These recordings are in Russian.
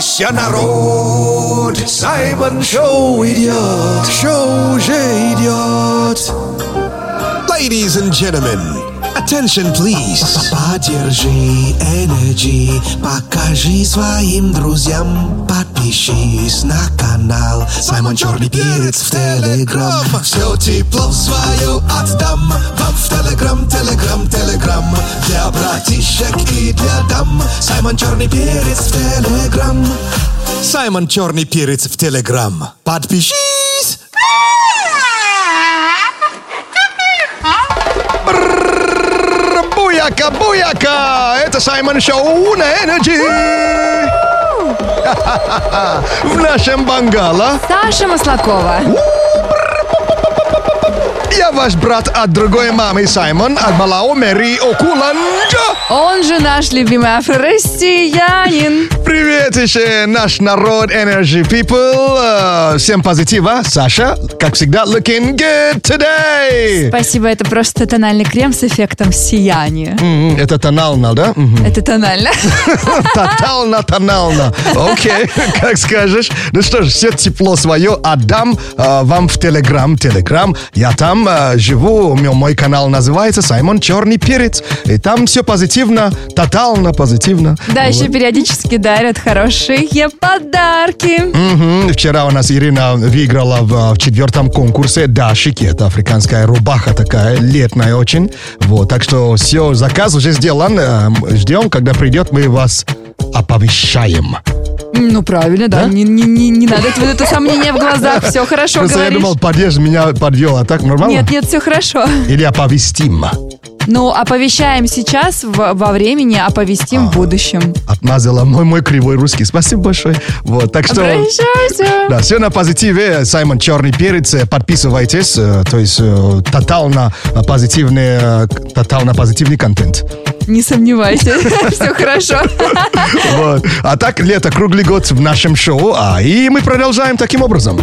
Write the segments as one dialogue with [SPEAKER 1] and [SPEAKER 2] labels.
[SPEAKER 1] Вся народ, Саймон Шоу идет, шоу уже идет.
[SPEAKER 2] Ladies and gentlemen, attention please.
[SPEAKER 1] Поддержи энергии, покажи своим друзьям, подпишись на канал Саймон Черный Перец в Телеграм. Все тепло свое отдам вам в Телеграм, Телеграм, Телеграм. Для братишек и для дам Саймон Черный Перец в Телеграм.
[SPEAKER 2] Саймон Черный Перец в Телеграм. Подпишись!
[SPEAKER 3] Буяка, буяка! Это Саймон Шоу на Энерджи! В нашем бангала
[SPEAKER 4] Саша Маслакова.
[SPEAKER 3] я ваш брат от другой мамы Саймон от Балао Мэри Окуланджа.
[SPEAKER 4] Он же наш любимый афро-россиянин.
[SPEAKER 3] Привет еще наш народ Energy People. Э, Всем позитива. Саша, как всегда, looking good today.
[SPEAKER 4] Спасибо, это просто тональный крем с эффектом сияния.
[SPEAKER 3] М, Это тонально, да? Мгм.
[SPEAKER 4] Это тонально.
[SPEAKER 3] Тотально, тонально. Окей, как скажешь. Ну что ж, все тепло свое отдам э, вам в Телеграм. Телеграм, я там э, живу, у меня мой канал называется Саймон Черный Перец. И там все позитивно, тотально позитивно.
[SPEAKER 4] Да, еще периодически дарят хорошие подарки.
[SPEAKER 3] Мгм. Вчера у нас Ирина выиграла в, э, в четвертом конкурсе дашики. Это африканская рубаха такая, летная очень. Вот, так что все, заказ уже сделан. Э, Ждем, когда придет, мы вас оповещаем.
[SPEAKER 4] Ну, правильно, да.
[SPEAKER 3] Да?
[SPEAKER 4] Не, не- не- не надо вот это сомнение в глазах. Все хорошо
[SPEAKER 3] Просто я
[SPEAKER 4] говоришь.
[SPEAKER 3] думал, подъезд меня подвел, а так нормально?
[SPEAKER 4] Нет, нет, все хорошо.
[SPEAKER 3] Или оповестим.
[SPEAKER 4] Ну, оповещаем сейчас в- во времени, оповестим в будущем.
[SPEAKER 3] Отмазала мой, мой кривой русский. Спасибо большое. Вот, так что...
[SPEAKER 4] Обращайся.
[SPEAKER 3] Да, все на позитиве. Саймон Черный Перец. э, Подписывайтесь. э, То есть э, тотально э, позитивный, э, к- тотально позитивный контент.
[SPEAKER 4] Не сомневайся, все хорошо.
[SPEAKER 3] Вот. А так, лето круглый год в нашем шоу. А, и мы продолжаем таким образом.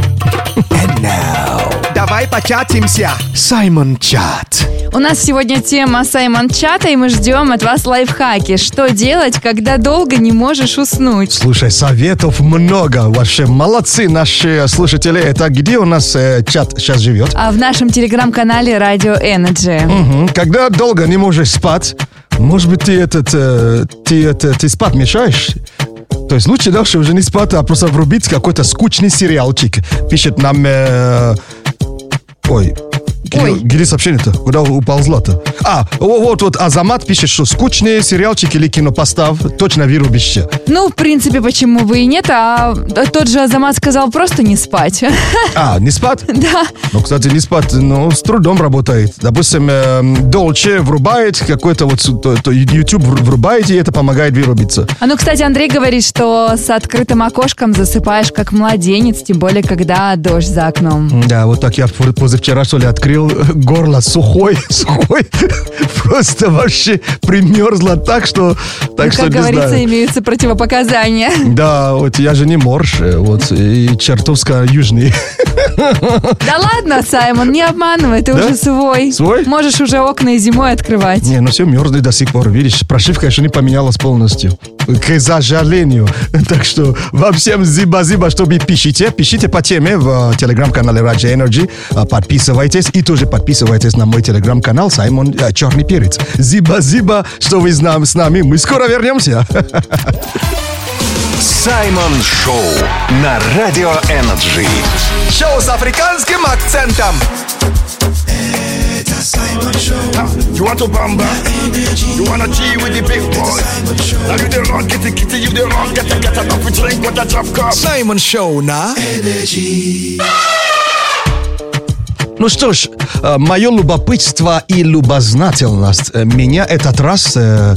[SPEAKER 1] Давай початимся. Саймон Чат.
[SPEAKER 4] У нас сегодня тема Саймон Чата, и мы ждем от вас лайфхаки. Что делать, когда долго не можешь уснуть?
[SPEAKER 3] Слушай, советов много. Вообще молодцы наши слушатели. Это где у нас э, чат сейчас живет?
[SPEAKER 4] А в нашем телеграм-канале Радио Energy.
[SPEAKER 3] Мгм. Когда долго не можешь спать, может быть, ты этот, э, ты, это, ты спать мешаешь? То есть лучше дальше уже не спать, а просто врубить какой-то скучный сериалчик. Пишет нам... э, ой, где,
[SPEAKER 4] Ой.
[SPEAKER 3] где сообщение-то? Куда уползла-то? А, во- вот, вот, Азамат пишет, что скучные сериалчики или кинопостав точно вырубище.
[SPEAKER 4] Ну, в принципе, почему бы и нет, а тот же Азамат сказал просто не спать.
[SPEAKER 3] А, не спать?
[SPEAKER 4] Да,
[SPEAKER 3] Ну, кстати, не спать, ну, с трудом работает. Допустим, эм, Dolce врубает какой-то вот су- то- то YouTube вру- врубает, и это помогает вырубиться.
[SPEAKER 4] А ну, кстати, Андрей говорит, что с открытым окошком засыпаешь как младенец, тем более, когда дождь за окном.
[SPEAKER 3] Да, вот так я пор- позавчера, что ли, открыл э, горло сухой, сухой. Просто вообще примерзло так, что... Так
[SPEAKER 4] Ну,
[SPEAKER 3] что
[SPEAKER 4] как
[SPEAKER 3] не
[SPEAKER 4] говорится,
[SPEAKER 3] знаю.
[SPEAKER 4] имеются противопоказания.
[SPEAKER 3] Да, вот я же не морж, э, вот, и чертовско-южный.
[SPEAKER 4] Да ладно, Саймон, не обманывай, ты
[SPEAKER 3] Да?
[SPEAKER 4] уже свой.
[SPEAKER 3] Свой?
[SPEAKER 4] Можешь уже окна и зимой открывать.
[SPEAKER 3] Не, ну все мерзли до сих пор, видишь, прошивка еще не поменялась полностью. К сожалению. Так что вам всем зиба-зиба, что вы пишите. Пишите по теме в э, телеграм-канале Раджа Energy. А, Подписывайтесь и тоже подписывайтесь на мой телеграм-канал Саймон э, Черный Перец. Зиба-зиба, что вы с нам- с нами. Мы скоро вернемся.
[SPEAKER 5] Саймон Шоу на Радио Энерджи.
[SPEAKER 1] Шоу с африканским акцентом.
[SPEAKER 6] You want to bamba? You wanna G with the big boy? Now you the wrong, get the kitty, you the wrong, get the get up, we drink with the drop cup.
[SPEAKER 1] Саймон Шоу на...
[SPEAKER 3] Ну что ж, мое любопытство и любознательность э, меня этот раз э,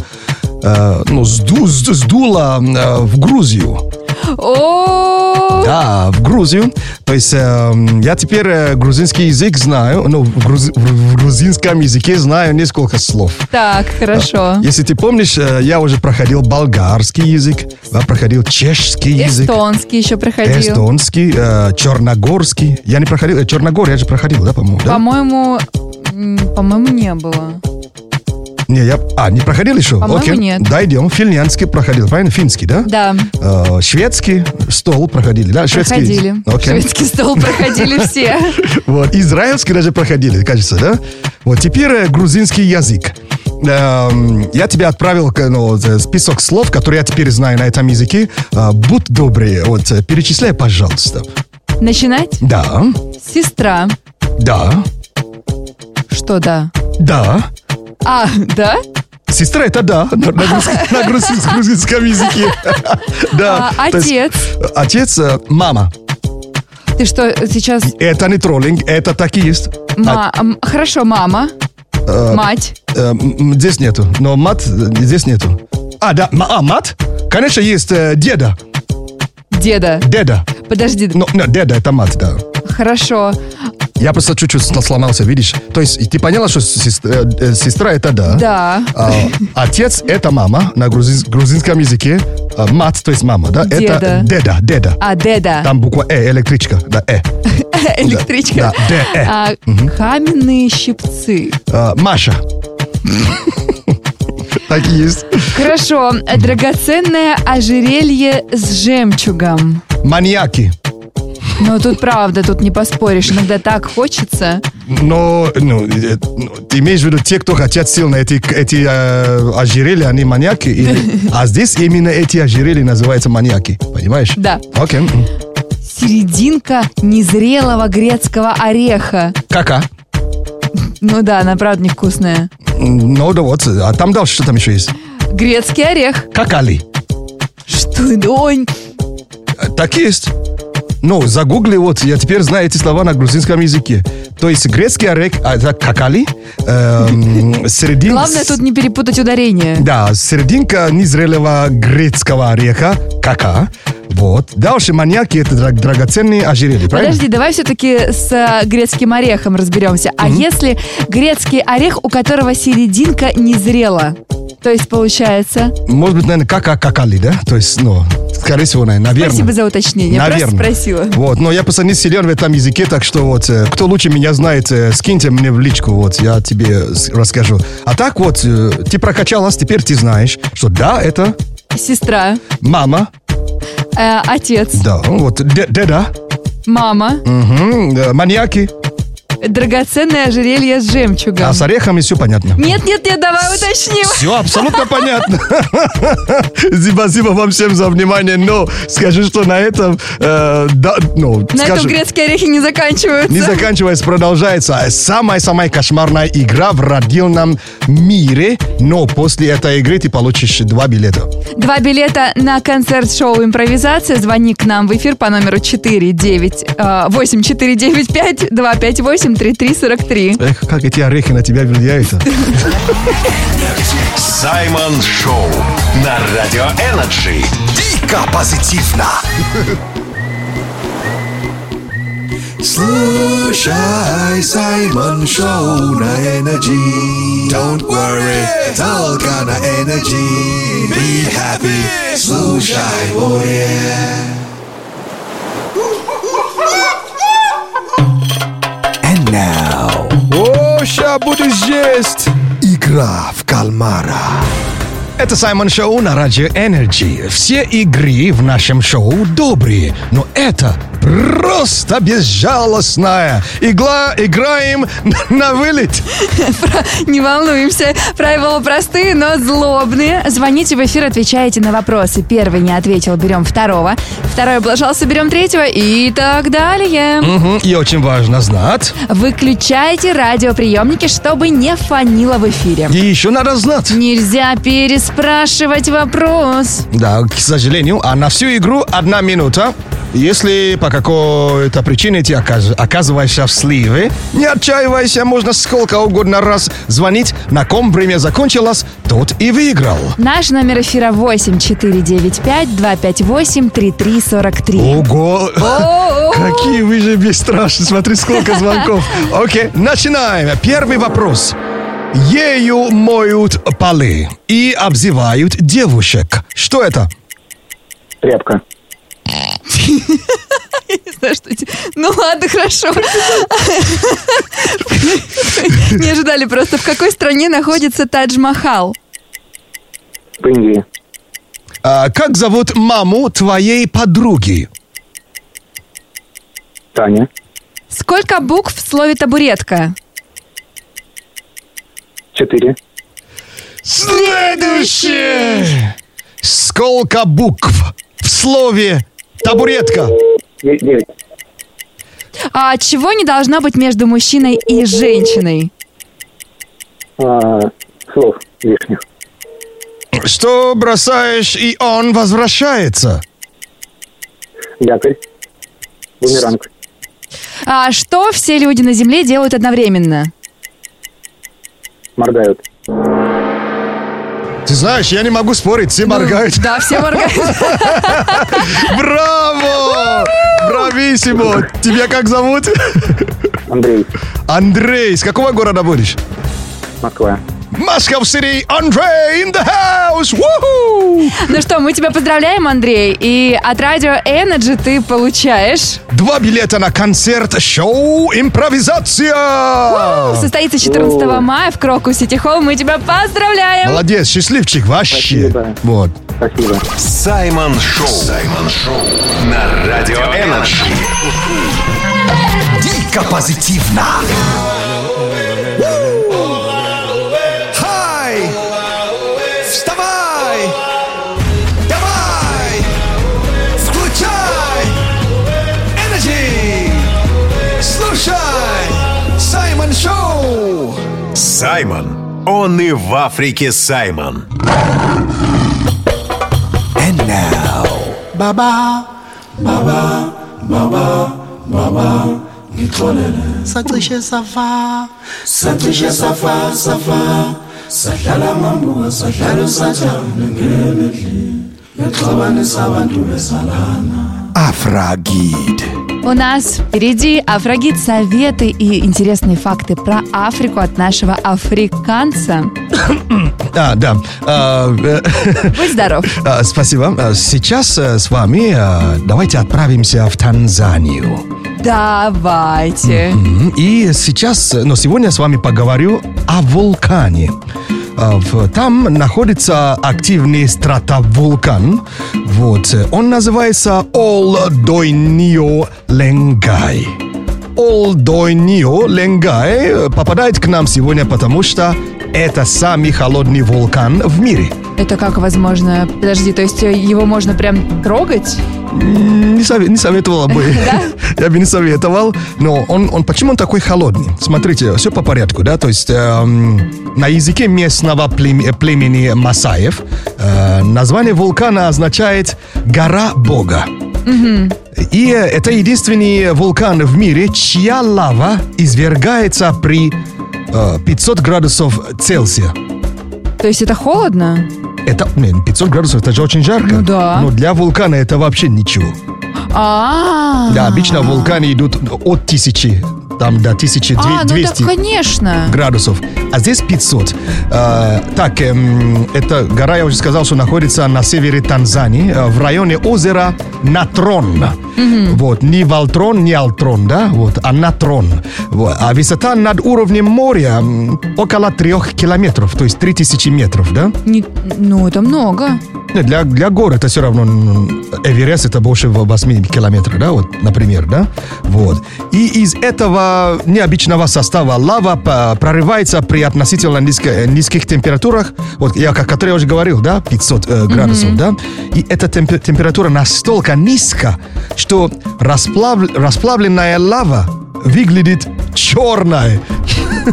[SPEAKER 3] э, ну, сду- сду- сдуло э, в Грузию.
[SPEAKER 4] О,
[SPEAKER 3] Да, в Грузию. То есть эм, я теперь э, грузинский язык знаю, ну, в, груз- в- в грузинском языке знаю несколько слов.
[SPEAKER 4] так, хорошо.
[SPEAKER 3] Если ты помнишь, э, я уже проходил болгарский язык, я проходил чешский язык,
[SPEAKER 4] Эстонский еще проходил.
[SPEAKER 3] эстонский, э, черногорский. Я не проходил, э, Черногор я же проходил, да, по-моему, да?
[SPEAKER 4] По-моему, м, по-моему, не было.
[SPEAKER 3] Не, я... А, не проходили еще?
[SPEAKER 4] По-моему,
[SPEAKER 3] Окей.
[SPEAKER 4] нет.
[SPEAKER 3] Дойдем. Финляндский проходил, правильно? Финский, да?
[SPEAKER 4] Да.
[SPEAKER 3] Э, шведский стол проходили, да? Шведский.
[SPEAKER 4] Проходили.
[SPEAKER 3] Окей.
[SPEAKER 4] Шведский стол проходили все.
[SPEAKER 3] Вот. Израильский даже проходили, кажется, да? Вот теперь э, грузинский язык. Эм, Я тебе отправил к- ну, э, список слов, которые я теперь знаю на этом языке. Э, Будь добрый, вот э, перечисляй, пожалуйста.
[SPEAKER 4] Начинать?
[SPEAKER 3] Да,
[SPEAKER 4] Сестра.
[SPEAKER 3] да,
[SPEAKER 4] Что да?
[SPEAKER 3] да.
[SPEAKER 4] А, да?
[SPEAKER 3] Сестра это да, на, на груз- на грузин- грузинском языке. Да.
[SPEAKER 4] А,
[SPEAKER 3] то есть,
[SPEAKER 4] отец?
[SPEAKER 3] э, Отец, э, мама.
[SPEAKER 4] Ты что, сейчас...
[SPEAKER 3] Это не троллинг, это так и есть. А,
[SPEAKER 4] ма- м, Хорошо, мама. Мать.
[SPEAKER 3] Э, м, Здесь нету. Но мат э, здесь нету. А, да, м- а, мат? Конечно, есть э, деда.
[SPEAKER 4] Деда.
[SPEAKER 3] Деда.
[SPEAKER 4] Подожди.
[SPEAKER 3] Ну, не, деда, это мат, да.
[SPEAKER 4] Хорошо.
[SPEAKER 3] Я просто чуть-чуть сло- сломался, видишь? То есть и ты поняла, что сес- э, э, сестра это да.
[SPEAKER 4] Да.
[SPEAKER 3] А, отец это мама на грузин- грузинском языке. А, мат, то есть мама, да? Это
[SPEAKER 4] Деда.
[SPEAKER 3] деда, деда.
[SPEAKER 4] А, деда.
[SPEAKER 3] Там буква Э, электричка, да, Э.
[SPEAKER 4] Электричка.
[SPEAKER 3] Да, Д, Э.
[SPEAKER 4] А, Каменные щипцы.
[SPEAKER 3] А, Маша. Так и есть.
[SPEAKER 4] Хорошо. Драгоценное ожерелье с жемчугом.
[SPEAKER 3] Маньяки.
[SPEAKER 4] Ну, тут правда, тут не поспоришь. Иногда так хочется.
[SPEAKER 3] Но, ну, э, ну, ты имеешь в виду те, кто хотят сильно эти, эти э, ожерелья, они маньяки? или- А здесь именно эти ожерелья называются маньяки, понимаешь?
[SPEAKER 4] Да.
[SPEAKER 3] Окей. М.
[SPEAKER 4] Серединка незрелого грецкого ореха.
[SPEAKER 3] Кака.
[SPEAKER 4] Ну да, она правда невкусная.
[SPEAKER 3] М, Ну, да вот. А там дальше что там еще есть?
[SPEAKER 4] Грецкий орех.
[SPEAKER 3] Какали.
[SPEAKER 4] Что, донь?
[SPEAKER 3] Э, Так есть. Ну, загугли, вот, я теперь знаю эти слова на грузинском языке. То есть грецкий орех, а, это какали, эм, середин-
[SPEAKER 4] Главное тут не перепутать ударение.
[SPEAKER 3] Да, серединка незрелого грецкого ореха, кака. Вот. Дальше маньяки это дра- драгоценные ожерелья, правильно?
[SPEAKER 4] Подожди, давай все-таки с э, грецким орехом разберемся. А если грецкий орех, у которого серединка не зрела? То есть получается...
[SPEAKER 3] Может быть, наверное, кака какали, да? То есть, ну, скорее всего, наверное.
[SPEAKER 4] Спасибо за уточнение.
[SPEAKER 3] Наверное.
[SPEAKER 4] Просто спросила.
[SPEAKER 3] Вот, но я просто не силен в этом языке, так что вот, э, кто лучше меня знает, э, скиньте мне в личку, вот, я тебе с- расскажу. А так вот, э, ты прокачалась, теперь ты знаешь, что да, это
[SPEAKER 4] Сестра,
[SPEAKER 3] мама,
[SPEAKER 4] э, отец,
[SPEAKER 3] да, вот, де- деда,
[SPEAKER 4] мама,
[SPEAKER 3] мгм, э, маньяки,
[SPEAKER 4] драгоценное ожерелье с жемчугом.
[SPEAKER 3] а с орехами все понятно.
[SPEAKER 4] Нет, нет, нет, давай уточним.
[SPEAKER 3] Все абсолютно понятно. Спасибо вам всем за внимание. Но скажи, что на этом, э, да, ну,
[SPEAKER 4] На этом
[SPEAKER 3] скажем,
[SPEAKER 4] грецкие орехи не заканчиваются.
[SPEAKER 3] не заканчиваясь, продолжается самая-самая кошмарная игра в родильном мире. Но после этой игры ты получишь два билета.
[SPEAKER 4] Два билета на концерт-шоу «Импровизация». Звони к нам в эфир по номеру э, 8495-258-3343.
[SPEAKER 3] Эх, как эти орехи на тебя влияют. а.
[SPEAKER 5] Саймон Шоу на Радио Энерджи.
[SPEAKER 2] Дико позитивно.
[SPEAKER 1] Слушай Саймон Шоу на Energy. Don't worry, только на Energy. Be happy, слушай, oh yeah. And now,
[SPEAKER 3] О, ща буду есть.
[SPEAKER 1] игра в кальмара.
[SPEAKER 3] Это Саймон Шоу на Радио Энерджи. Все игры в нашем шоу добрые, но это просто безжалостная игла. Играем на вылет.
[SPEAKER 4] Не волнуемся. Правила простые, но злобные. Звоните в эфир, отвечаете на вопросы. Первый не ответил, берем второго. Второй облажался, берем третьего и так далее.
[SPEAKER 3] Мгм, И очень важно знать.
[SPEAKER 4] Выключайте радиоприемники, чтобы не фанило в эфире.
[SPEAKER 3] И еще надо знать.
[SPEAKER 4] Нельзя переспрашивать вопрос.
[SPEAKER 3] Да, к сожалению, а на всю игру одна минута. Если по какой-то причине ты оказ- оказываешься в сливе, не отчаивайся, можно сколько угодно раз звонить, на ком время закончилось, тот и выиграл.
[SPEAKER 4] Наш номер эфира 8495-258-3343.
[SPEAKER 3] Ого! Какие вы же бесстрашные. Смотри, сколько звонков. Окей, начинаем. Первый вопрос. Ею моют полы и обзывают девушек. Что это?
[SPEAKER 7] Тряпка.
[SPEAKER 4] знаю, что... те- Ну ладно, хорошо. Не ожидали просто. В какой стране находится Тадж-Махал?
[SPEAKER 7] В Индии.
[SPEAKER 3] А, как зовут маму твоей подруги?
[SPEAKER 7] Таня.
[SPEAKER 4] Сколько букв в слове табуретка?
[SPEAKER 7] Четыре.
[SPEAKER 3] Следующее! Сколько букв в слове табуретка?
[SPEAKER 7] Де- Девять.
[SPEAKER 4] А чего не должно быть между мужчиной и женщиной?
[SPEAKER 7] А, слов лишних.
[SPEAKER 3] Что бросаешь, и он возвращается?
[SPEAKER 7] Якорь. Бумеранг.
[SPEAKER 4] А что все люди на Земле делают одновременно?
[SPEAKER 7] Моргают.
[SPEAKER 3] Ты знаешь, я не могу спорить, все
[SPEAKER 4] Ну.
[SPEAKER 3] моргают.
[SPEAKER 4] Да, все моргают.
[SPEAKER 3] Браво! Брависсимо! Тебя как зовут?
[SPEAKER 7] Андрей.
[SPEAKER 3] Андрей, из какого города будешь?
[SPEAKER 7] Москва.
[SPEAKER 3] Moscow City, Андрей in the house! Уху!
[SPEAKER 4] Ну что, мы тебя поздравляем, Андрей. И от радио Energy ты получаешь.
[SPEAKER 3] Два билета на концерт шоу «Импровизация».
[SPEAKER 4] Состоится 14 мая в Кроку Сити Холл. Мы тебя поздравляем.
[SPEAKER 3] Молодец, счастливчик вообще.
[SPEAKER 7] Спасибо.
[SPEAKER 3] Вот.
[SPEAKER 7] Спасибо.
[SPEAKER 5] Саймон Шоу. Саймон Шоу на Радио Энерджи.
[SPEAKER 2] Дико позитивно. Хай! Вставай! Давай! Включай! Энерджи! Слушай! Саймон Шоу!
[SPEAKER 5] Саймон. Он и в Африке Саймон.
[SPEAKER 2] And now... Баба! Баба! Баба! Баба! Ngixolele sacishe safa sacishe safa safa sadlala mambuka sadlala sajabule ngemedlini yaxabanisa abantu bezalana Afragid
[SPEAKER 4] У нас впереди Афрагит советы и интересные факты про Африку от нашего африканца.
[SPEAKER 3] А, да. А, э,
[SPEAKER 4] Будь здоров.
[SPEAKER 3] а, Спасибо. А, Сейчас э, с вами а, давайте отправимся в Танзанию.
[SPEAKER 4] Давайте.
[SPEAKER 3] Мгм. И сейчас, э, но сегодня я с вами поговорю о вулкане. А, в- Там находится активный стратовулкан. Вот. э, Он называется Олдойнио Ленгай. Олдойнио Ленгай э, попадает к нам сегодня, потому что это самый холодный вулкан в мире.
[SPEAKER 4] Это как возможно? Подожди, то есть э, его можно прям трогать?
[SPEAKER 3] Не, сове- не советовала бы. Я бы не советовал. Но он, он почему он такой холодный? Смотрите, все по порядку, да? То есть эм, на языке местного плем- э, племени Масаев э, название вулкана означает гора Бога. И э, это единственный вулкан в мире, чья лава извергается при э, 500 градусов Цельсия.
[SPEAKER 4] То есть это холодно?
[SPEAKER 3] Это, блин, 500 градусов, это же очень жарко.
[SPEAKER 4] Ну да.
[SPEAKER 3] Но для вулкана это вообще ничего.
[SPEAKER 4] А.
[SPEAKER 3] Да, обычно вулканы идут от тысячи, там до
[SPEAKER 4] А, ну так
[SPEAKER 3] 1200
[SPEAKER 4] конечно.
[SPEAKER 3] градусов, а здесь 500. Э, так, эм, эта гора, я уже сказал, что находится на севере Танзании, э, в районе озера Натрон. Вот, не Валтрон, не Алтрон, да, вот, а Натрон. Вот. А высота над уровнем моря м, около 3 километров, то есть 3000 метров, да?
[SPEAKER 4] Не- ну, это много.
[SPEAKER 3] Не, Для, для гор это все равно м, Эверест это больше 8 километров, да, вот, например, да? Вот. И из этого необычного состава лава п- прорывается при относительно низко- э, низких температурах, вот я как который я уже говорил, да, 500 э, градусов, да? И эта темпе- температура настолько низка, что расплав- расплавленная лава выглядит черной.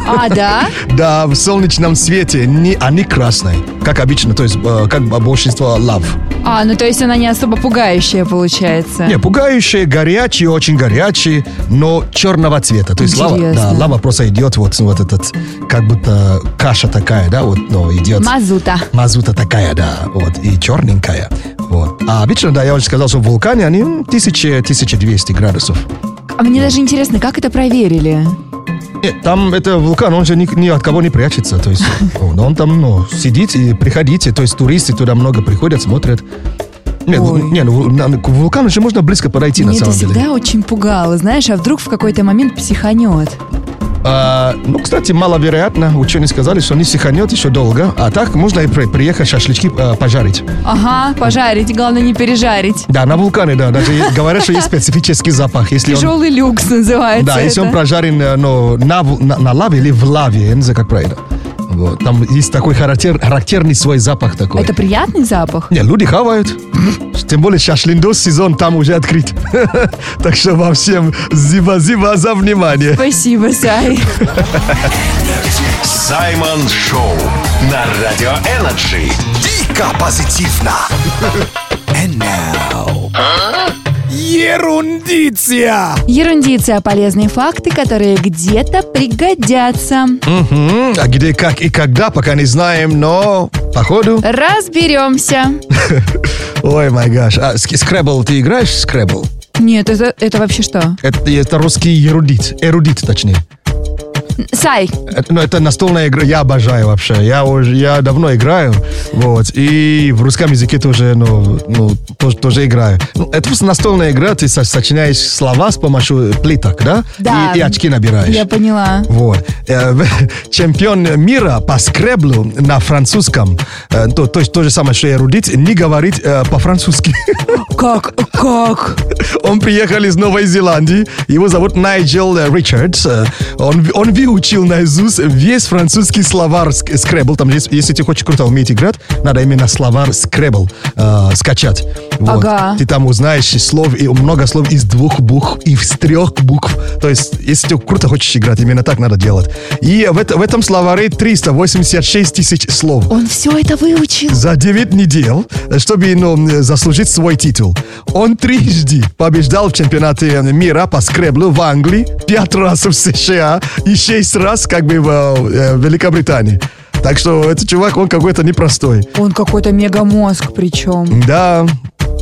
[SPEAKER 4] А, да?
[SPEAKER 3] Да, в солнечном свете, не, а не красной, как обычно, то есть э, как большинство лав.
[SPEAKER 4] А, ну то есть она не особо пугающая получается.
[SPEAKER 3] Не, пугающие, горячие, очень горячие, но черного цвета. То есть лава, да,
[SPEAKER 4] Интересно.
[SPEAKER 3] лава просто идет вот, ну, вот этот, как будто каша такая, да, вот, но идет.
[SPEAKER 4] Мазута.
[SPEAKER 3] Мазута такая, да, вот, и черненькая. Вот. А обычно, да, я уже сказал, что в вулкане они ну, м, 1000-1200 градусов.
[SPEAKER 4] А мне даже интересно, как это проверили?
[SPEAKER 3] Нет, там это вулкан, он же ни, ни от кого не прячется. То есть он, он там, ну, сидит и приходите. То есть туристы туда много приходят, смотрят. Нет,
[SPEAKER 4] Ой.
[SPEAKER 3] не, ну, вул- на- к вулкану же можно близко подойти, на
[SPEAKER 4] Меня это
[SPEAKER 3] самом деле.
[SPEAKER 4] всегда очень пугало, знаешь, а вдруг в какой-то момент психанет.
[SPEAKER 3] А, ну, кстати, маловероятно. Ученые сказали, что не сиханет еще долго. А так можно и при- приехать шашлычки а, пожарить.
[SPEAKER 4] Ага, пожарить, главное не пережарить.
[SPEAKER 3] Да, на вулкане, да. Даже е- говорят, что есть специфический запах. Если он-
[SPEAKER 4] Тяжелый люкс называется
[SPEAKER 3] Да, если он
[SPEAKER 4] это.
[SPEAKER 3] прожарен э, но на, ву- на, на лаве или в лаве, я не знаю, как правильно. Вот. Там есть такой характер- характерный свой запах такой.
[SPEAKER 4] Это приятный запах?
[SPEAKER 3] Не, люди хавают. Тем более шашлиндос сезон там уже открыт. так что вам всем зиба-зиба за внимание.
[SPEAKER 4] Спасибо, Сай.
[SPEAKER 5] Саймон Шоу на Радио Энерджи.
[SPEAKER 2] Дико позитивно. And now. Ерундиция.
[SPEAKER 4] Ерундиция, полезные факты, которые где-то пригодятся.
[SPEAKER 3] Мгм. А где, как и когда, пока не знаем, но походу...
[SPEAKER 4] Разберемся.
[SPEAKER 3] Ой, май гаш. А ск- скрэбл, ты играешь в скрэбл?
[SPEAKER 4] Нет, это, это вообще что?
[SPEAKER 3] Это, это русский эрудит. Эрудит, точнее.
[SPEAKER 4] Сай,
[SPEAKER 3] Это, ну, это настольная игра, я обожаю вообще. Я уже, я давно играю, вот, и в русском языке тоже, ну, ну, тоже, тоже играю. Ну, это просто настольная игра, ты со- сочиняешь слова с помощью плиток, да?
[SPEAKER 4] Да.
[SPEAKER 3] И, и очки набираешь.
[SPEAKER 4] я поняла.
[SPEAKER 3] Вот. Э, в- Чемпион мира по скреблу на французском, э, то, то есть то же самое, что и эрудит, не говорит э, по-французски.
[SPEAKER 4] Как? Как?
[SPEAKER 3] Он приехал из Новой Зеландии. Его зовут Найджел э, Ричардс. Э, Он, он выучил наизусть весь французский словарь ск- скребл. Там, есть- если ты хочешь круто уметь играть, надо именно словарь скребл э, скачать. Вот.
[SPEAKER 4] Ага.
[SPEAKER 3] Ты там узнаешь слов, и много слов из двух букв и из трех букв. То есть, если ты круто хочешь играть, именно так надо делать. И в, это- в этом словаре 386 тысяч слов
[SPEAKER 4] Он все это выучил.
[SPEAKER 3] за 9 недель, чтобы ну, заслужить свой титул. Он трижды побеждал в чемпионате мира по скреблу в Англии, 5 раз в США и 6 раз как бы в э, Великобритании. Так что этот чувак, он какой-то непростой.
[SPEAKER 4] Он какой-то мегамозг причем.
[SPEAKER 3] Да,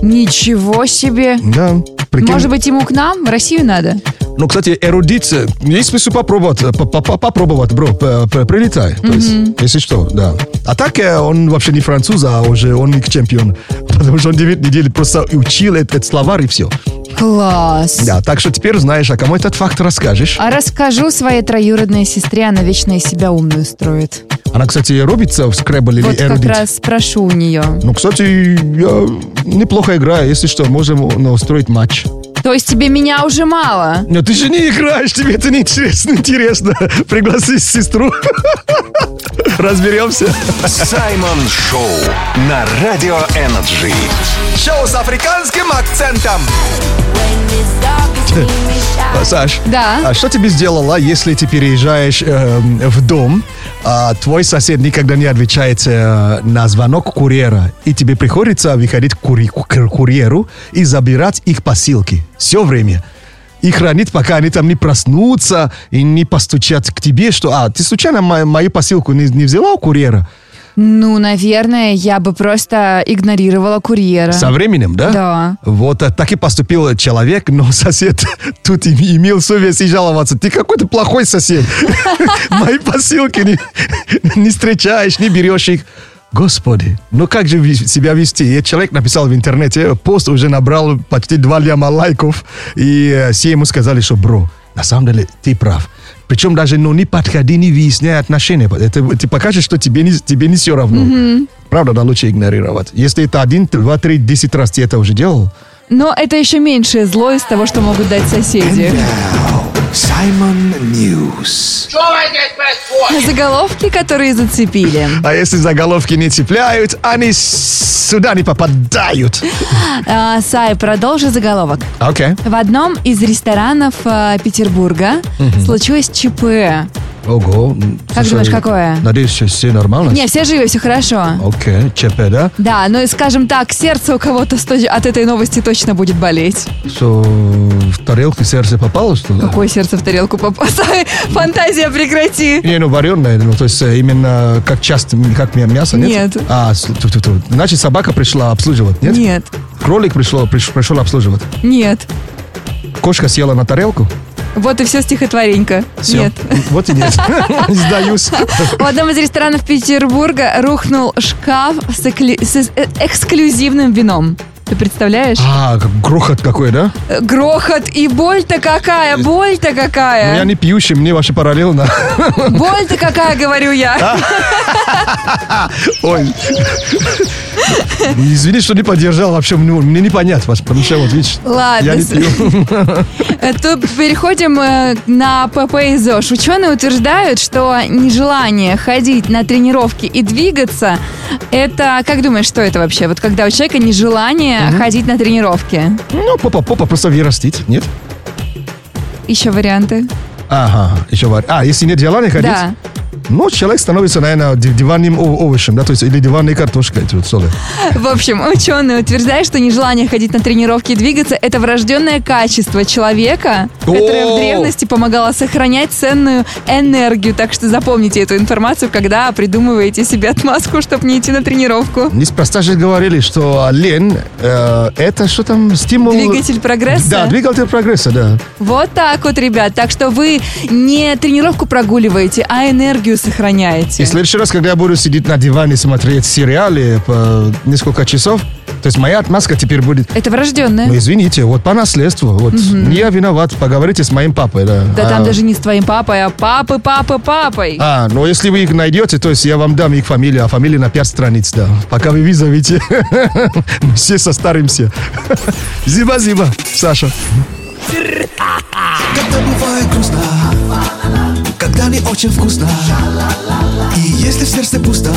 [SPEAKER 4] Ничего себе.
[SPEAKER 3] да. Прикинь.
[SPEAKER 4] Может быть, ему к нам, в Россию надо?
[SPEAKER 3] Ну, кстати, эрудит, э, есть смысл попробовать, э, по- по- попробовать, бро, п- п- прилетай, то есть, если что, да. А так э, он вообще не француз, а уже он их чемпион, потому что он 9 недель просто учил этот, этот словарь и все.
[SPEAKER 4] Класс.
[SPEAKER 3] Да, так что теперь знаешь, а кому этот факт расскажешь.
[SPEAKER 4] А расскажу своей троюродной сестре, она вечно из себя умную строит.
[SPEAKER 3] Она, кстати, рубится в скрэбл или
[SPEAKER 4] вот как
[SPEAKER 3] эрудит.
[SPEAKER 4] раз спрошу у нее.
[SPEAKER 3] Ну, кстати, я неплохо играю, если что, можем ну, устроить матч.
[SPEAKER 4] То есть тебе меня уже мало?
[SPEAKER 3] Но ты же не играешь, тебе это не интересно, интересно. Пригласи сестру. Разберемся.
[SPEAKER 5] Саймон Шоу на Радио Энерджи.
[SPEAKER 2] Шоу с африканским акцентом.
[SPEAKER 3] А, Саш,
[SPEAKER 4] Да.
[SPEAKER 3] а что тебе сделала, если ты переезжаешь эм, в дом, а твой сосед никогда не отвечает э, на звонок курьера, и тебе приходится выходить к, кури- к курьеру и забирать их посылки все время? И хранить, пока они там не проснутся и не постучат к тебе, что «А, ты случайно мо- мою посылку не, не взяла у курьера?»
[SPEAKER 4] Ну, наверное, я бы просто игнорировала курьера.
[SPEAKER 3] Со временем, да?
[SPEAKER 4] Да.
[SPEAKER 3] Вот а, так и поступил человек, но сосед тут им- имел совесть и жаловаться. Ты какой-то плохой сосед. Мои посылки не, не встречаешь, не берешь их. Господи, ну как же ви- себя вести? И человек написал в интернете, э, пост уже набрал почти 2 ляма лайков, и э, все ему сказали, что бро, на самом деле ты прав. Причем даже ну, не подходи, не выясняй отношения. Это, ты покажешь, что тебе не, тебе не все равно. Правда, да, лучше игнорировать. Если это один, два, три, десять раз ты это уже делал,
[SPEAKER 4] Но это еще меньшее зло из того, что могут дать соседи.
[SPEAKER 2] Саймон Ньюс.
[SPEAKER 4] Заголовки, которые зацепили.
[SPEAKER 3] а если заголовки не цепляют, они с- сюда не попадают.
[SPEAKER 4] А, Сай, продолжи заголовок.
[SPEAKER 3] Окей.
[SPEAKER 4] В одном из ресторанов а, Петербурга случилось ЧП.
[SPEAKER 3] Ого.
[SPEAKER 4] Как думаешь, какое?
[SPEAKER 3] Надеюсь, сейчас все нормально?
[SPEAKER 4] Не, все живы, все хорошо.
[SPEAKER 3] Окей, ЧП, да?
[SPEAKER 4] Да, ну и скажем так, сердце у кого-то сто- от этой новости точно будет болеть.
[SPEAKER 3] Что, в тарелку сердце попало, что ли?
[SPEAKER 4] Какое сердце в тарелку попало? Сай, Фантазия прекрати.
[SPEAKER 3] Не, ну вареное, ну то есть э, именно как часто, м, как мя- мясо, нет?
[SPEAKER 4] Нет.
[SPEAKER 3] А, с- ту-ту-ту. значит собака пришла обслуживать, нет?
[SPEAKER 4] Нет,
[SPEAKER 3] Кролик пришло, приш- пришел обслуживать.
[SPEAKER 4] нет.
[SPEAKER 3] Кошка села на тарелку?
[SPEAKER 4] Вот и все стихотворенько.
[SPEAKER 3] Всё.
[SPEAKER 4] Нет.
[SPEAKER 3] Вот и нет. Сдаюсь.
[SPEAKER 4] В одном из ресторанов Петербурга рухнул шкаф с, экли- с эс- э, эксклюзивным вином. Ты представляешь?
[SPEAKER 3] А, как грохот какой, да?
[SPEAKER 4] Э, Грохот и боль-то какая, боль-то
[SPEAKER 3] Э, Ну, Я
[SPEAKER 4] какая.
[SPEAKER 3] не пьющий, мне вообще параллельно.
[SPEAKER 4] Боль-то какая, говорю я.
[SPEAKER 3] Ой. Ну, Извини, что не поддержал вообще. ну, Мне не понять вас, потому что вот видишь.
[SPEAKER 4] Ладно.
[SPEAKER 3] Я не пью.
[SPEAKER 4] Э, Тут переходим э, на ПП и ЗОЖ. Ученые утверждают, что нежелание ходить на тренировки и двигаться, это, как думаешь, что это вообще? Вот когда у человека нежелание ходить на тренировки.
[SPEAKER 3] Ну, попа, попа просто вырастить, нет?
[SPEAKER 4] Еще варианты?
[SPEAKER 3] Ага, еще вар- А, если нет желания ходить?
[SPEAKER 4] Да.
[SPEAKER 3] Ну, человек становится, наверное, див- диванным о- овощем, да, то есть, или диванной картошкой, тут, что ли.
[SPEAKER 4] В общем, ученые утверждают, что нежелание ходить на тренировки и двигаться – это врожденное качество человека, которое в
[SPEAKER 3] О!
[SPEAKER 4] древности помогало сохранять ценную энергию. Так что запомните эту информацию, когда придумываете себе отмазку, чтобы не идти на тренировку.
[SPEAKER 3] Неспроста же говорили, что а, лень э, это что там, стимул...
[SPEAKER 4] Двигатель прогресса?
[SPEAKER 3] Да, двигатель прогресса, да.
[SPEAKER 4] Вот так вот, ребят. Так что вы не тренировку прогуливаете, а энергию сохраняете.
[SPEAKER 3] И в следующий раз, когда я буду сидеть на диване смотреть сериалы по несколько часов, то есть моя отмазка теперь будет...
[SPEAKER 4] Это врожденное.
[SPEAKER 3] «Ну, извините, вот по наследству, вот не я виноват, поговорите с моим папой, да.
[SPEAKER 4] Да
[SPEAKER 3] А,
[SPEAKER 4] там даже не с твоим папой, а папы, папы, папой.
[SPEAKER 3] А, но если вы их найдете, то есть я вам дам их фамилию, а фамилия на 5 страниц, да. Пока вы вызовете, мы все состаримся. Зиба-зиба, Саша.
[SPEAKER 1] Когда бывает грустно, когда не очень вкусно, и если в сердце пусто,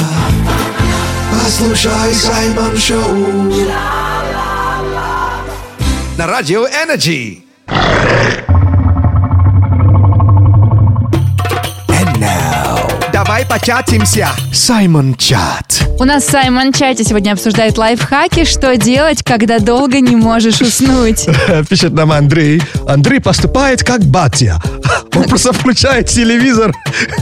[SPEAKER 1] послушай Саймон Шоу.
[SPEAKER 2] На радио Energy. And now. Давай початимся. Саймон Чат.
[SPEAKER 4] У нас Саймон Чати сегодня обсуждает лайфхаки, что делать, когда долго не можешь уснуть.
[SPEAKER 3] Пишет нам Андрей. Андрей поступает как батя. Он просто включает телевизор,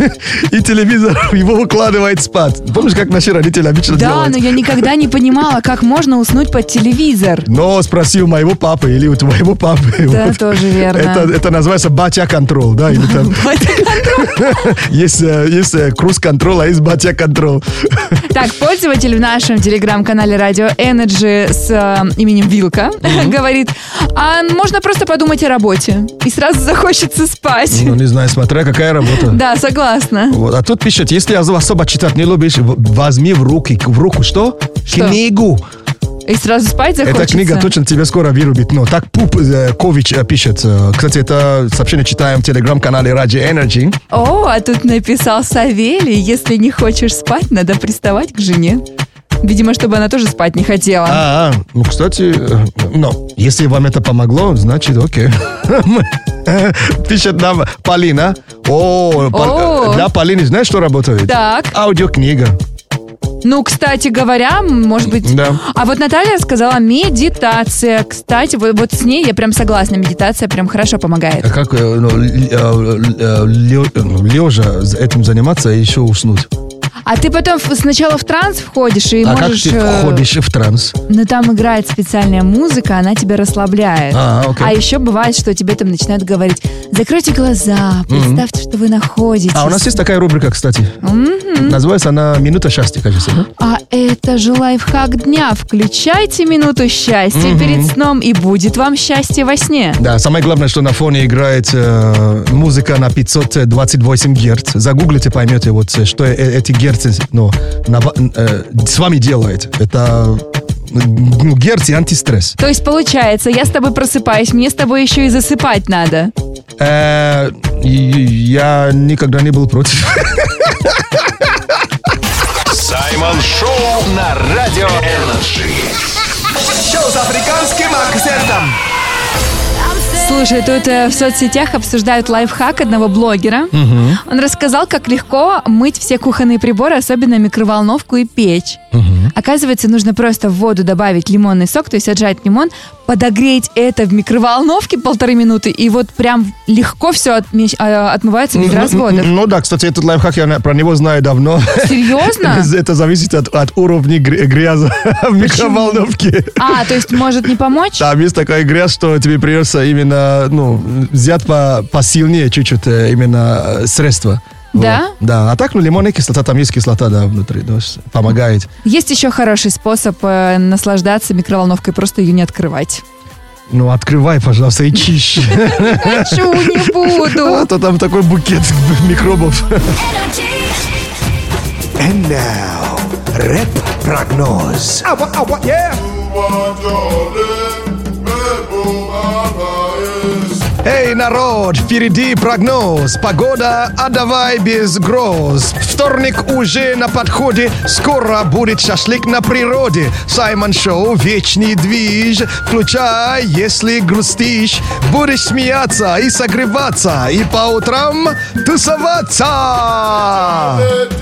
[SPEAKER 3] и телевизор его укладывает спать. Помнишь, как наши родители обычно
[SPEAKER 4] Да, ну
[SPEAKER 3] делают?
[SPEAKER 4] но я никогда не понимала, как можно уснуть под телевизор.
[SPEAKER 3] Но спроси у моего папы или у твоего папы.
[SPEAKER 4] Да, тоже верно.
[SPEAKER 3] Это, это называется батя контрол, да? Или там есть, э, есть э, круз контрол, а есть батя контрол.
[SPEAKER 4] Так, пользователь в нашем телеграм-канале Радио Energy с э, именем Вилка говорит, а можно просто подумать о работе. И сразу захочется спать.
[SPEAKER 3] Ну, не знаю, смотря какая работа.
[SPEAKER 4] Да, согласна.
[SPEAKER 3] Вот, а тут пишет, если ос- особо читать не любишь, в- возьми в руки, в руку что?
[SPEAKER 4] Что?
[SPEAKER 3] Книгу.
[SPEAKER 4] И сразу спать захочется.
[SPEAKER 3] Эта книга точно тебе скоро вырубит. Но так Пуп э, Кович э, пишет. Э, Кстати, это сообщение читаем в телеграм-канале Раджи Energy.
[SPEAKER 4] О, а тут написал Савелий, если не хочешь спать, надо приставать к жене. Видимо, чтобы она тоже спать не хотела.
[SPEAKER 3] А, а, ну, кстати, э, ну, если вам это помогло, значит, окей. э, Пишет нам Полина. О, Пол-
[SPEAKER 4] О.
[SPEAKER 3] э, для Полины знаешь, что работает?
[SPEAKER 4] Так.
[SPEAKER 3] Аудиокнига.
[SPEAKER 4] Ну, кстати говоря, может быть...
[SPEAKER 3] Да.
[SPEAKER 4] А вот Наталья сказала медитация. Кстати, вот, вот с ней я прям согласна. Медитация прям хорошо помогает.
[SPEAKER 3] А как э, ну, лежа ну, этим заниматься и еще уснуть?
[SPEAKER 4] А ты потом в- сначала в транс входишь и
[SPEAKER 3] а как
[SPEAKER 4] можешь...
[SPEAKER 3] ты
[SPEAKER 4] э,
[SPEAKER 3] входишь в транс?
[SPEAKER 4] Но там играет специальная музыка, она тебя расслабляет.
[SPEAKER 3] А, окей.
[SPEAKER 4] еще бывает, что тебе там начинают говорить, закройте глаза, представьте, что вы находитесь.
[SPEAKER 3] А у нас есть такая рубрика, кстати. Называется она «Минута счастья», кажется. да?
[SPEAKER 4] А это же лайфхак дня. Включайте минуту счастья перед сном, и будет вам счастье во сне.
[SPEAKER 3] Да, самое главное, что на фоне играет э, музыка на 528 герц. Загуглите, поймете, вот, э, что э- эти герцы ну, на ва- э, с вами делает. Это ну, герц и антистресс.
[SPEAKER 4] То есть получается, я с тобой просыпаюсь, мне с тобой еще и засыпать надо.
[SPEAKER 3] Э, и- и я никогда не был против.
[SPEAKER 5] Саймон Шоу на Радио Энерджи.
[SPEAKER 2] Шоу с африканским акцентом.
[SPEAKER 4] Слушай, тут э, в соцсетях обсуждают лайфхак одного блогера. Он рассказал, как легко мыть все кухонные приборы, особенно микроволновку и печь. Оказывается, нужно просто в воду добавить лимонный сок, то есть отжать лимон, подогреть это в микроволновке полторы минуты, и вот прям легко все отмывается без разводов.
[SPEAKER 3] Ну да, кстати, этот лайфхак, я на- про него знаю давно.
[SPEAKER 4] Серьезно?
[SPEAKER 3] Это зависит от, от уровня гря- гряза в микроволновке.
[SPEAKER 4] А, то есть может не помочь?
[SPEAKER 3] Там есть такая грязь, что тебе придется именно, ну, взять по, посильнее чуть-чуть э, именно э, средства.
[SPEAKER 4] Да?
[SPEAKER 3] Да, а так, ну, лимонная кислота, там есть кислота, да, внутри, да, с- помогает.
[SPEAKER 4] Есть еще хороший способ э, наслаждаться микроволновкой, просто ее не открывать.
[SPEAKER 3] Ну, открывай, пожалуйста, и чищи.
[SPEAKER 4] Хочу, не
[SPEAKER 3] А
[SPEAKER 4] буду.
[SPEAKER 3] то там такой букет микробов.
[SPEAKER 2] And now, рэп-прогноз. Ава, ава, yeah.
[SPEAKER 3] Эй, народ, впереди прогноз. Погода, а давай без гроз. Вторник уже на подходе, скоро будет шашлык на природе. Саймон Шоу, вечный движ, включай, если грустишь. Будешь смеяться и согреваться, и по утрам тусоваться.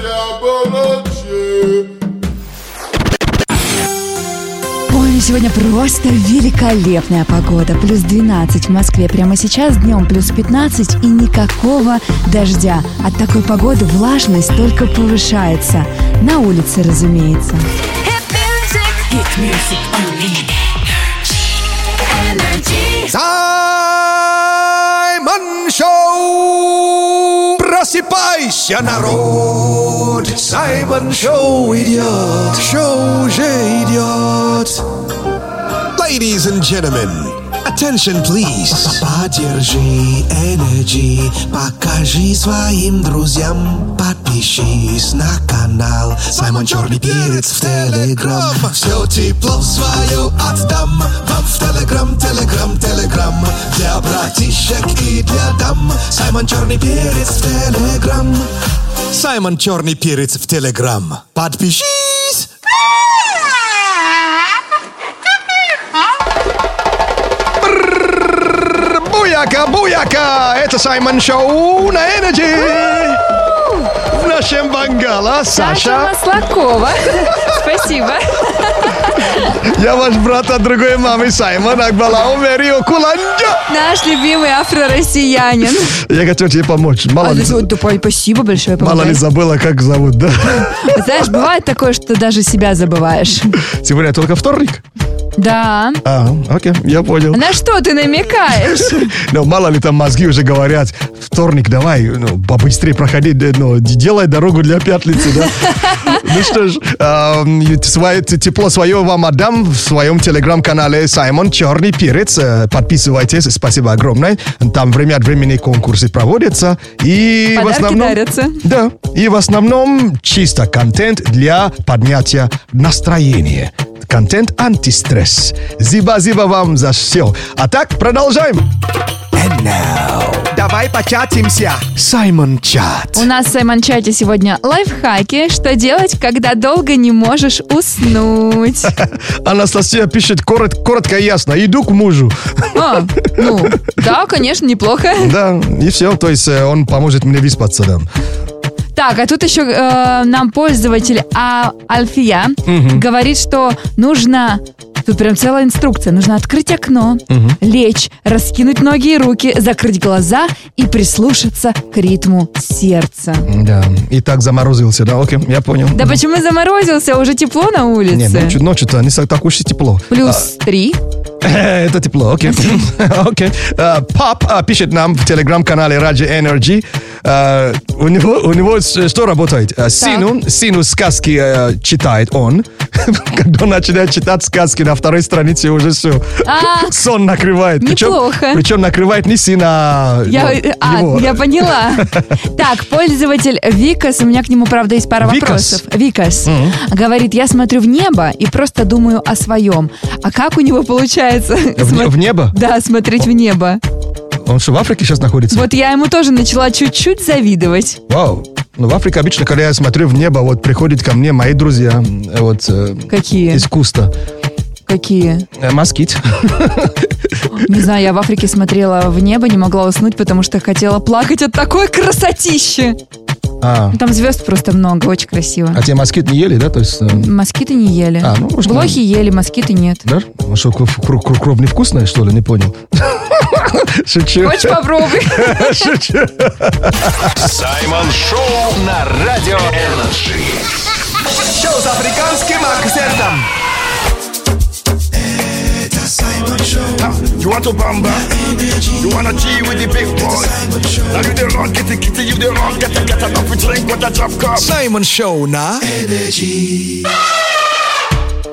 [SPEAKER 4] Ой, сегодня просто великолепная погода. Плюс 12 в Москве прямо сейчас, днем плюс 15 и никакого дождя. От такой погоды влажность только повышается. На улице, разумеется.
[SPEAKER 2] Саймон Шоу! Просыпайся, народ! Саймон Шоу идет! Шоу уже идет!
[SPEAKER 1] Ladies and gentlemen, attention please. Поддержи Energy, покажи своим друзьям. Подпишись на канал Саймон Черный Перец в Телеграм. Все тепло А свое отдам вам в Телеграм, Телеграм, Телеграм. Для братишек и для дам Саймон Черный Перец в Телеграм. Саймон Черный Перец в Телеграм. Подпишись!
[SPEAKER 3] Буяка, буяка! Это Саймон Шоу на Энерджи! В нашем Бангала Саша.
[SPEAKER 4] Маслакова. Спасибо.
[SPEAKER 3] Я ваш брат от другой мамы Саймон Акбалау Верио Куланджо.
[SPEAKER 4] Наш любимый афро-россиянин.
[SPEAKER 3] Я хотел тебе помочь. Мало,
[SPEAKER 4] А,
[SPEAKER 3] ли,
[SPEAKER 4] да, да, пой- спасибо большое.
[SPEAKER 3] мало ли
[SPEAKER 4] помогай.
[SPEAKER 3] забыла, как зовут, да?
[SPEAKER 4] Знаешь, бывает такое, что даже себя забываешь.
[SPEAKER 3] Сегодня только вторник.
[SPEAKER 4] Да.
[SPEAKER 3] А, окей, я понял.
[SPEAKER 4] На что ты намекаешь?
[SPEAKER 3] Но Ну, мало ли там мозги уже говорят, вторник давай, ну, побыстрее проходи, да, ну, д- делай дорогу для пятницы, да? Ну что ж, эм, и свое- т- тепло свое вам отдам в своем телеграм-канале Саймон Черный Перец. Э, Подписывайтесь, спасибо огромное. Там время от времени конкурсы проводятся. И в
[SPEAKER 4] Подарки
[SPEAKER 3] основном...
[SPEAKER 4] дарятся.
[SPEAKER 3] Да, и в основном чисто контент для поднятия настроения. Контент антистресс. Зиба-зиба вам за все. А так, продолжаем.
[SPEAKER 2] Давай початимся!
[SPEAKER 3] Саймон Чат.
[SPEAKER 4] У нас в Саймон-чате сегодня лайфхаки. Что делать, когда долго не можешь уснуть?
[SPEAKER 3] Анастасия пишет корот- коротко и ясно. Иду к мужу.
[SPEAKER 4] А, ну, да, конечно, неплохо.
[SPEAKER 3] Да, и все. То есть э, он поможет мне выспаться. Да.
[SPEAKER 4] Так, а тут еще э, нам пользователь а, Альфия говорит, что нужно... Тут прям целая инструкция. Нужно открыть окно, лечь, раскинуть ноги и руки, закрыть глаза и прислушаться к ритму сердца.
[SPEAKER 3] Да. И так заморозился. Да, окей, я понял.
[SPEAKER 4] Да почему заморозился? Уже тепло на улице.
[SPEAKER 3] Не, ночью, ночью-то не со- так уж и тепло.
[SPEAKER 4] Плюс три.
[SPEAKER 3] Это тепло, окей. Окей. Э, Пап а, пишет нам в телеграм-канале Раджи Energy. Э, У него, у него с- что работает? Э, Сину, сину сказки э, читает он. Когда он начинает читать сказки, на второй странице уже все.
[SPEAKER 4] А.
[SPEAKER 3] Сон накрывает. Причем-
[SPEAKER 4] Неплохо.
[SPEAKER 3] Причем накрывает не сына, а
[SPEAKER 4] Я,
[SPEAKER 3] ну,
[SPEAKER 4] а,
[SPEAKER 3] его.
[SPEAKER 4] я поняла. Так, пользователь Викас, у меня к нему, правда, есть пара
[SPEAKER 3] Викас?
[SPEAKER 4] вопросов. Викас говорит, я смотрю в небо и просто думаю о своем. А как у него получается?
[SPEAKER 3] В, не-
[SPEAKER 4] смо-
[SPEAKER 3] в небо?
[SPEAKER 4] Да, смотреть в небо.
[SPEAKER 3] Он что, в Африке сейчас находится?
[SPEAKER 4] Вот я ему тоже начала чуть-чуть завидовать.
[SPEAKER 3] Вау. Ну, в Африке обычно, когда я смотрю в небо, вот приходят ко мне мои друзья, м, вот, э,
[SPEAKER 4] Какие?
[SPEAKER 3] из Куста.
[SPEAKER 4] Какие?
[SPEAKER 3] Э, Москит.
[SPEAKER 4] Не знаю, я в Африке смотрела в небо, не могла уснуть, потому что хотела плакать от такой красотищи.
[SPEAKER 3] А.
[SPEAKER 4] Там звезд просто много, очень красиво.
[SPEAKER 3] А тебе москит не ели, да? То есть, э,
[SPEAKER 4] Москиты не ели.
[SPEAKER 3] А, ну, может,
[SPEAKER 4] Блохи ели, москиты нет.
[SPEAKER 3] да? Ну Что, кров, кров, кров- кров невкусная, что ли? Не понял. Шучу.
[SPEAKER 4] Хочешь попробуй?
[SPEAKER 3] Шучу.
[SPEAKER 5] Саймон Шоу на Радио Энерджи.
[SPEAKER 2] Шоу с африканским акцентом!
[SPEAKER 1] Это Саймон Шоу.
[SPEAKER 6] water. You want to bamba? You wanna G with the big boy? Now you the wrong, get the kitty, you the wrong, get the get up with drink with a drop cup.
[SPEAKER 2] Саймон Шоу на...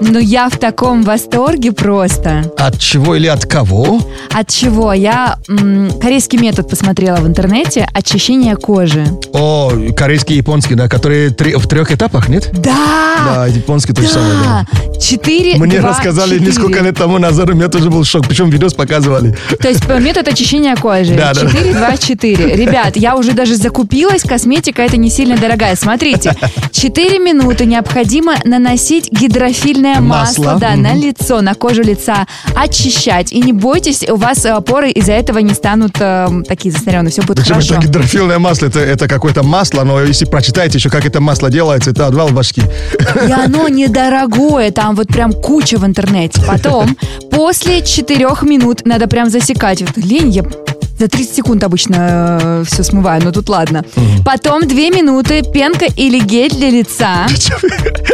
[SPEAKER 4] Ну, я в таком восторге просто.
[SPEAKER 3] От чего или от кого?
[SPEAKER 4] От чего? Я м, корейский метод посмотрела в интернете. Очищение кожи.
[SPEAKER 3] О, корейский и японский, да, которые три- в трех этапах, нет?
[SPEAKER 4] Да!
[SPEAKER 3] Да, японский то же самое. да.
[SPEAKER 4] Да! Четыре,
[SPEAKER 3] Мне
[SPEAKER 4] два,
[SPEAKER 3] рассказали
[SPEAKER 4] четыре.
[SPEAKER 3] несколько лет тому назад, у меня тоже был шок. Причем видос показывали.
[SPEAKER 4] То есть э, метод очищения кожи.
[SPEAKER 3] Да, да.
[SPEAKER 4] 4, 2, 4. Ребят, я уже даже закупилась, косметика это не сильно дорогая. Смотрите, 4 минуты необходимо наносить гидрофильное масло,
[SPEAKER 3] Масло,
[SPEAKER 4] да,
[SPEAKER 3] мгм.
[SPEAKER 4] на лицо, на кожу лица, очищать. И не бойтесь, у вас э, поры из-за этого не станут э, такие застаренные, все будет
[SPEAKER 3] Причем
[SPEAKER 4] хорошо.
[SPEAKER 3] это гидрофильное масло, это, это какое-то масло, но если прочитаете еще, как это масло делается, это отвал башки.
[SPEAKER 4] И оно недорогое, там вот прям куча в интернете. Потом, после четырех минут надо прям засекать. Вот лень, я за 30 секунд обычно все смываю, но тут ладно. Потом две минуты пенка или гель для лица.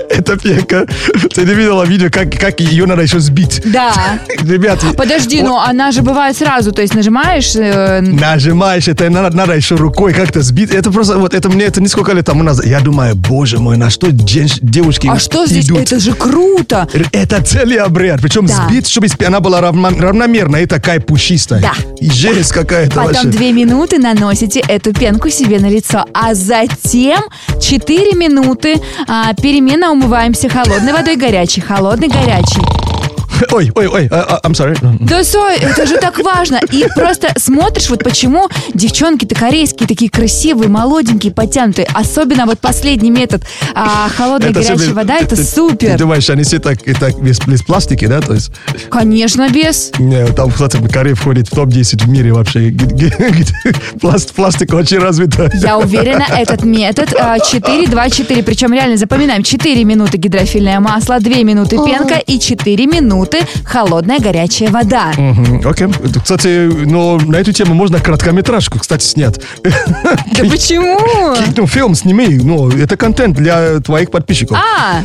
[SPEAKER 3] Это пека. Ты не видела видео, как, как ее надо еще сбить.
[SPEAKER 4] Да.
[SPEAKER 3] Ребят,
[SPEAKER 4] Подожди, но она же бывает сразу, то есть нажимаешь... э,
[SPEAKER 3] нажимаешь, это надо, надо еще рукой как-то сбить. Это просто, вот это мне это несколько лет тому назад. Я думаю, боже мой, на что ден- девушки
[SPEAKER 4] а что здесь?
[SPEAKER 3] идут?
[SPEAKER 4] Это же круто!
[SPEAKER 3] Р- Это целый обряд. Причем
[SPEAKER 4] Да.
[SPEAKER 3] сбить, чтобы спи- она была равна- равномерная и такая пушистая.
[SPEAKER 4] Да.
[SPEAKER 3] И жесть какая-то вообще.
[SPEAKER 4] Потом две минуты наносите эту пенку себе на лицо, а затем 4 минуты а, перемена умываемся холодной водой горячей, холодной горячей.
[SPEAKER 3] Ой, ой, ой, а- а, I'm sorry.
[SPEAKER 4] Да, Сой, это же так важно. И просто смотришь, вот почему девчонки-то корейские такие красивые, молоденькие, потянутые. Особенно вот последний метод а, холодная
[SPEAKER 3] Это
[SPEAKER 4] горячая
[SPEAKER 3] супер.
[SPEAKER 4] вода, это
[SPEAKER 3] Ты- ты- Ты
[SPEAKER 4] супер.
[SPEAKER 3] думаешь, они все так, и так без, без пластики, да? То есть,
[SPEAKER 4] Конечно, без.
[SPEAKER 3] не, Э, там, кстати, Корея входит в топ-10 в мире вообще. Г- г- г- Пласт, пластика очень развита.
[SPEAKER 4] Я уверена, этот метод а, 4-2-4. Причем реально запоминаем 4 минуты гидрофильное масло, 2 минуты пенка и 4 минуты холодная горячая вода.
[SPEAKER 3] Мгм, Окей. Кстати, но на эту тему можно короткометражку, кстати, снять.
[SPEAKER 4] Да почему?
[SPEAKER 3] Ну, фильм сними, ну, это контент для твоих подписчиков.
[SPEAKER 4] А,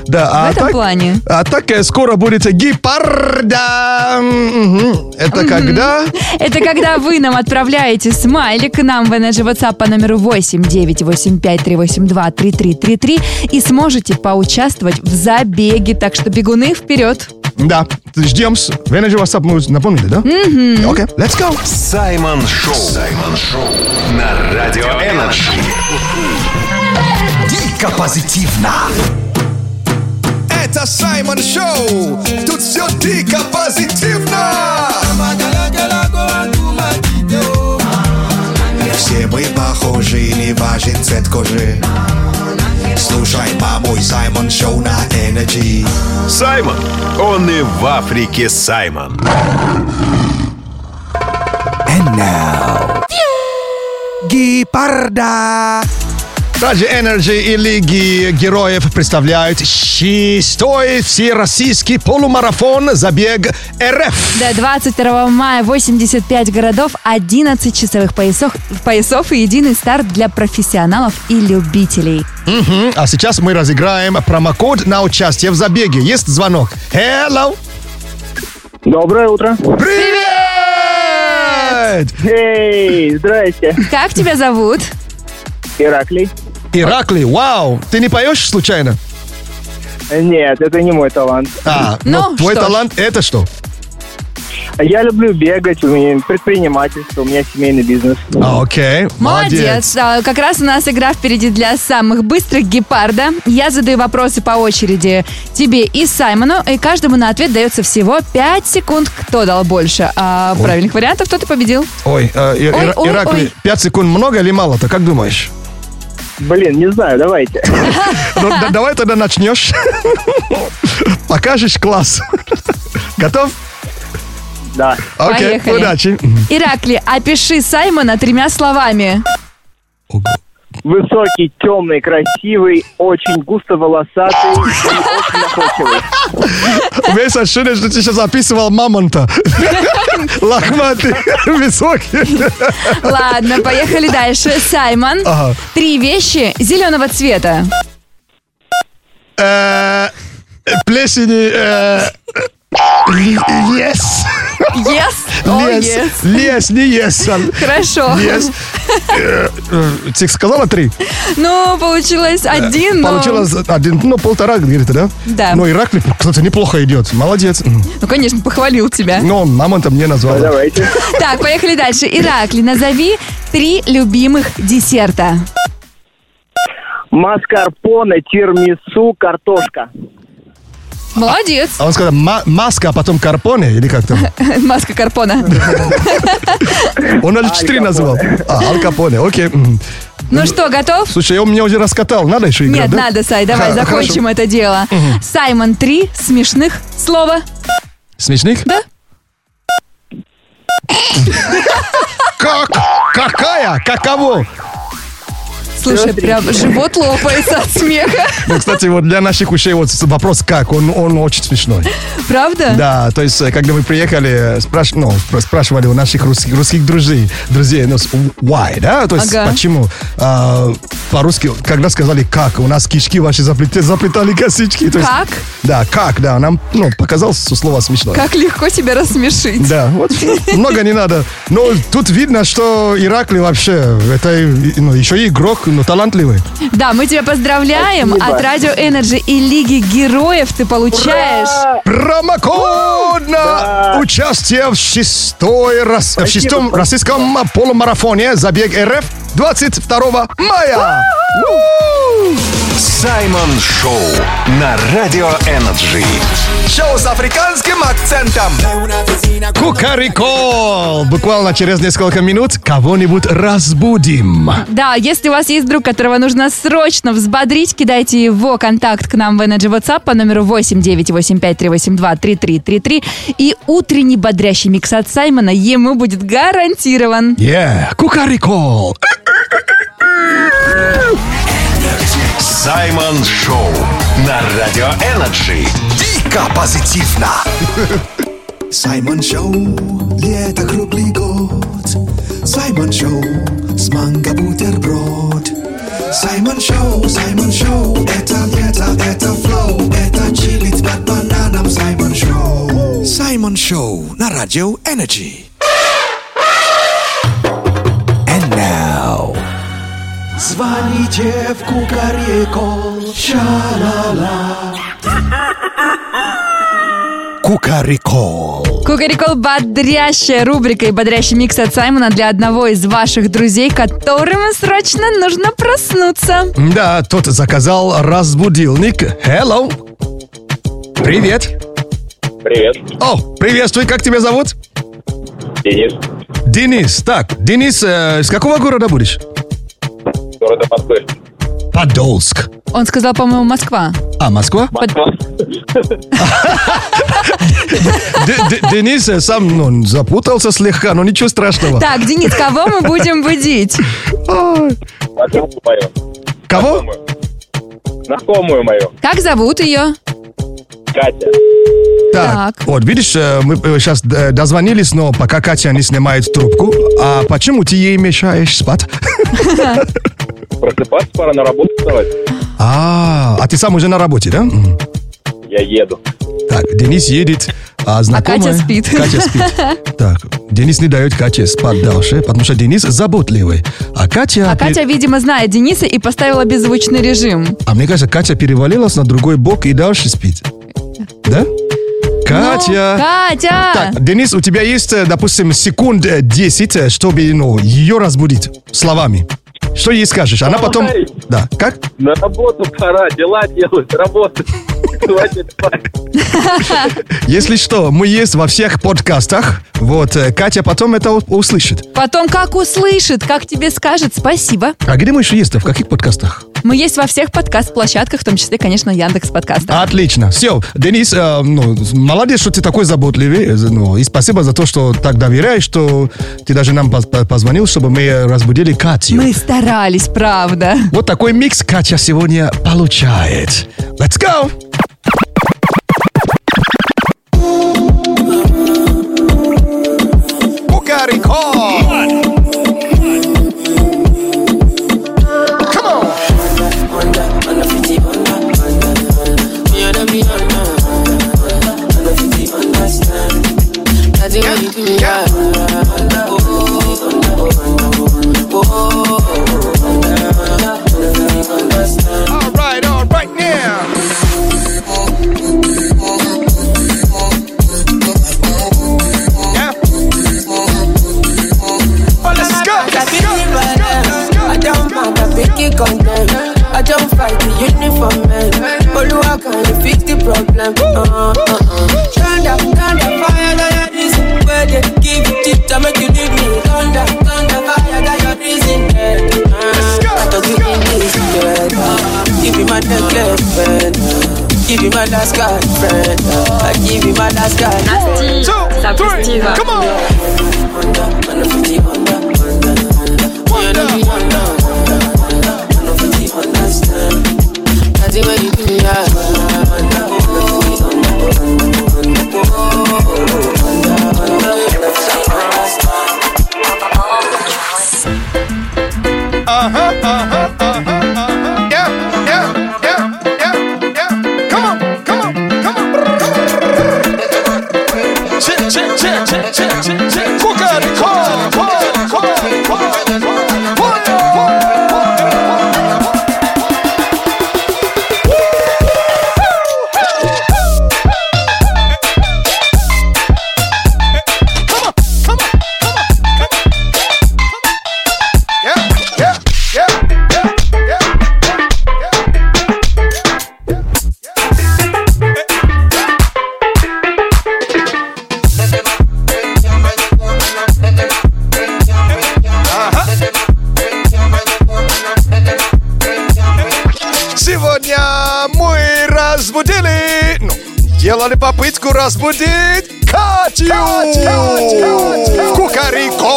[SPEAKER 3] да,
[SPEAKER 4] в этом
[SPEAKER 3] так-
[SPEAKER 4] плане.
[SPEAKER 3] А так э, скоро будет гепарда. Мгм. Это когда?
[SPEAKER 4] Это когда вы нам отправляете смайлик к нам в NG WhatsApp по номеру 89853823333 и сможете поучаствовать в забеге. Так что бегуны вперед!
[SPEAKER 3] Да, ждем. с- В Energy WhatsApp мы напомнили, да? Окей, let's go.
[SPEAKER 5] Саймон Шоу. Саймон Шоу на Радио Энерджи.
[SPEAKER 2] Дико позитивно. Это Саймон Шоу. Тут все дико позитивно. Все мы похожи, не важен цвет кожи. Слушай, мамой Саймон Шоу на Energy.
[SPEAKER 5] Саймон. Он и в Африке Саймон.
[SPEAKER 2] And now... Гепарда.
[SPEAKER 3] Ради Energy и Лиги Героев представляют шестой всероссийский полумарафон забег РФ.
[SPEAKER 4] До 22 мая 85 городов, 11 часовых поясов, поясов и единый старт для профессионалов и любителей.
[SPEAKER 3] Мгм, А сейчас мы разыграем промокод на участие в забеге. Есть звонок. Hello.
[SPEAKER 7] Доброе утро.
[SPEAKER 3] Привет!
[SPEAKER 7] Эй, здрасте.
[SPEAKER 4] Как тебя зовут?
[SPEAKER 7] Ираклий.
[SPEAKER 3] Иракли, вау! Ты не поешь случайно?
[SPEAKER 7] Нет, это не мой талант.
[SPEAKER 3] А, но
[SPEAKER 4] Ну,
[SPEAKER 3] твой
[SPEAKER 4] что ж.
[SPEAKER 3] талант это что?
[SPEAKER 7] Я люблю бегать, у меня предпринимательство, у меня семейный бизнес.
[SPEAKER 3] А, окей.
[SPEAKER 4] Молодец. А, Как раз у нас игра впереди для самых быстрых гепарда. Я задаю вопросы по очереди тебе и Саймону, и каждому на ответ дается всего 5 секунд. Кто дал больше а, правильных вариантов, тот и победил.
[SPEAKER 3] Ой, э, Ир-
[SPEAKER 4] Ой,
[SPEAKER 3] Ира-
[SPEAKER 4] ой,
[SPEAKER 3] Иракли,
[SPEAKER 4] ой.
[SPEAKER 3] 5 секунд много или мало-то, как думаешь?
[SPEAKER 7] Блин, не знаю, давайте.
[SPEAKER 3] Ну, да- давай тогда начнешь. Покажешь класс. Готов?
[SPEAKER 7] Да.
[SPEAKER 3] Окей,
[SPEAKER 4] Поехали.
[SPEAKER 3] удачи.
[SPEAKER 4] Иракли, опиши Саймона тремя словами.
[SPEAKER 7] Высокий, темный, красивый, очень густо волосатый и очень находчивый.
[SPEAKER 3] Весь ощущение, что ты сейчас описывал мамонта. Лохматый, высокий.
[SPEAKER 4] Ладно, поехали дальше. Саймон,
[SPEAKER 3] Ага.
[SPEAKER 4] три вещи зеленого цвета.
[SPEAKER 3] Э, Плесени. э, Лес.
[SPEAKER 4] Yes, oh
[SPEAKER 3] Лес,
[SPEAKER 4] yes.
[SPEAKER 3] лес, не ес.
[SPEAKER 4] Хорошо.
[SPEAKER 3] Лес. Э, э, Ты сказала три?
[SPEAKER 4] Ну, получилось один, но...
[SPEAKER 3] Получилось один, ну, полтора, где-то, да?
[SPEAKER 4] Ну. Да.
[SPEAKER 3] Но Ираклий, кстати, неплохо идет. Молодец. М.
[SPEAKER 4] Ну, конечно, похвалил тебя.
[SPEAKER 3] Но он мамонтом не назвал.
[SPEAKER 7] Давайте.
[SPEAKER 4] Так, поехали дальше. Иракли, назови три любимых десерта.
[SPEAKER 7] Маскарпоне, тирмису, картошка.
[SPEAKER 4] Молодец.
[SPEAKER 3] А он сказал «Ма- маска, а потом карпоне, или как там?
[SPEAKER 4] Маска Карпона.
[SPEAKER 3] Он даже четыре назвал. А, Аль Капоне, окей. М.
[SPEAKER 4] Ну что, готов?
[SPEAKER 3] Слушай, он меня уже раскатал, надо еще играть,
[SPEAKER 4] Нет,
[SPEAKER 3] да?
[SPEAKER 4] надо, Сай, давай
[SPEAKER 3] Ха,
[SPEAKER 4] закончим
[SPEAKER 3] хорошо.
[SPEAKER 4] это дело. Саймон, три смешных слова.
[SPEAKER 3] Смешник?
[SPEAKER 4] Да.
[SPEAKER 3] Как? Какая? Каково?
[SPEAKER 4] Слушай, прям живот лопается от смеха.
[SPEAKER 3] Ну, кстати, вот для наших ушей вот вопрос «как», он, он очень смешной.
[SPEAKER 4] Правда?
[SPEAKER 3] Да, то есть, э, когда мы приехали, э, спраш... ну, спра- спрашивали у наших русских, русских друзей, друзей, ну, с- why, да? То есть,
[SPEAKER 4] Ага.
[SPEAKER 3] почему? А, по-русски, когда сказали «как», у нас кишки ваши заплетали, заплетали косички. То есть-
[SPEAKER 4] Как?
[SPEAKER 3] Да, «как», да, нам ну, показалось слово смешное.
[SPEAKER 4] Как легко тебя рассмешить.
[SPEAKER 3] Да, вот много не надо. Но тут видно, что Иракли вообще, это и, ну, еще и игрок, но талантливый.
[SPEAKER 4] Да, мы тебя поздравляем. От Радио Энерджи и Лиги Героев ты получаешь.
[SPEAKER 3] Промокод на участие в, шестой рас- в шестом российском полумарафоне «Забег РФ» 22 мая.
[SPEAKER 5] Саймон Шоу на Радио Энерджи.
[SPEAKER 2] Шоу с африканским акцентом.
[SPEAKER 3] Кукарикол! Буквально через несколько минут кого-нибудь разбудим.
[SPEAKER 4] Да, если у вас есть друг, которого нужно срочно взбодрить, кидайте его контакт к нам в Energy WhatsApp по номеру 89853823333 и утренний бодрящий микс от Саймона ему будет гарантирован.
[SPEAKER 3] Yeah, Кукарикол!
[SPEAKER 5] Саймон Шоу на Радио Энерджи.
[SPEAKER 2] Дико позитивно.
[SPEAKER 1] Саймон Шоу, лето круглый год. Саймон Шоу, с манго бутерброд. Саймон Шоу, Саймон Шоу, это лето, это флоу, это чилит под бананом. Саймон Шоу. Саймон Шоу на Радио Энерджи. And now... Звоните в Кукарекол, ша-ла-ла. Кукарекол.
[SPEAKER 4] Кукарикол бодрящая рубрика и бодрящий микс от Саймона для одного из ваших друзей, которому срочно нужно проснуться.
[SPEAKER 3] Да, тот заказал разбудилник. Hello! Привет!
[SPEAKER 7] Привет,
[SPEAKER 3] О, приветствуй, как тебя зовут?
[SPEAKER 7] Денис,
[SPEAKER 3] Денис. Так, Денис, э, из какого города будешь?
[SPEAKER 7] города Москвы.
[SPEAKER 3] Подолск.
[SPEAKER 4] Он сказал, по-моему, Москва.
[SPEAKER 3] А, Москва? Д- Д- Денис э, сам ну, запутался слегка, но ничего страшного.
[SPEAKER 4] Так, Денис, кого мы будем будить?
[SPEAKER 3] Ой.
[SPEAKER 7] Подругу мою,
[SPEAKER 3] Кого?
[SPEAKER 7] знакомую мою,
[SPEAKER 4] Как зовут ее?
[SPEAKER 7] Катя.
[SPEAKER 3] Так.
[SPEAKER 4] Так.
[SPEAKER 3] Вот, видишь, э, мы сейчас дозвонились, но пока Катя не снимает трубку. А почему ты ей мешаешь спать?
[SPEAKER 7] Просыпаться пора на работу вставать.
[SPEAKER 3] А, а ты сам уже на работе, да? М.
[SPEAKER 7] Я еду.
[SPEAKER 3] Так, Денис едет, а знакомая...
[SPEAKER 4] Катя спит.
[SPEAKER 3] Катя спит. Так, Денис не дает Кате спать дальше, потому что Денис заботливый. А Катя...
[SPEAKER 4] А Катя, видимо, знает Дениса и поставила беззвучный режим.
[SPEAKER 3] А мне кажется, Катя перевалилась на другой бок и дальше спит. Да? Катя!
[SPEAKER 4] Ну, Катя!
[SPEAKER 3] Так, Денис, у тебя есть, э, допустим, секунд э, 10, э, чтобы ну, ее разбудить словами. Что ей скажешь? Она потом...
[SPEAKER 7] Давай.
[SPEAKER 3] Да, как?
[SPEAKER 7] На работу пора, дела делать, работать. Хватит спать.
[SPEAKER 3] Если что, мы есть во всех подкастах. Вот, э, Катя потом это у- услышит.
[SPEAKER 4] Потом как услышит, как тебе скажет спасибо.
[SPEAKER 3] А где мы еще есть-то? В каких подкастах?
[SPEAKER 4] Мы есть во всех подкаст-площадках, в том числе, конечно, Яндекс подкаста.
[SPEAKER 3] Отлично. Все, Денис, э, ну, молодец, что ты такой заботливый. Э, Ну, и спасибо за то, что так доверяешь, что ты даже нам поз- поз- позвонил, чтобы мы э, разбудили Катю.
[SPEAKER 4] Мы старались, правда.
[SPEAKER 3] Вот такой микс Катя сегодня получает. Let's go!
[SPEAKER 8] That's the way you uh, uh, uh. Thunder, thunder, fire, that your reason. Where they give it, it to make you need me. Thunder, thunder, fire, that your reason. Yeah. Uh, I thought you in this bed. Uh, give me my necklace, friend. Uh, give me my last card, friend. Uh, I give you my last card.
[SPEAKER 9] Nasty, сопливо.
[SPEAKER 8] Honda, Honda, 50, Honda, Honda, Honda. You know me, Honda, Honda, Honda, Honda, 50, understand. That's the way you do it, yeah. Honda, Honda, 50, Honda, Honda, Honda. Oh, Honda, Honda, Honda, 50, understand.
[SPEAKER 2] Сегодня мы разбудили, ну, делали попытку разбудить Катю! В Кукарико!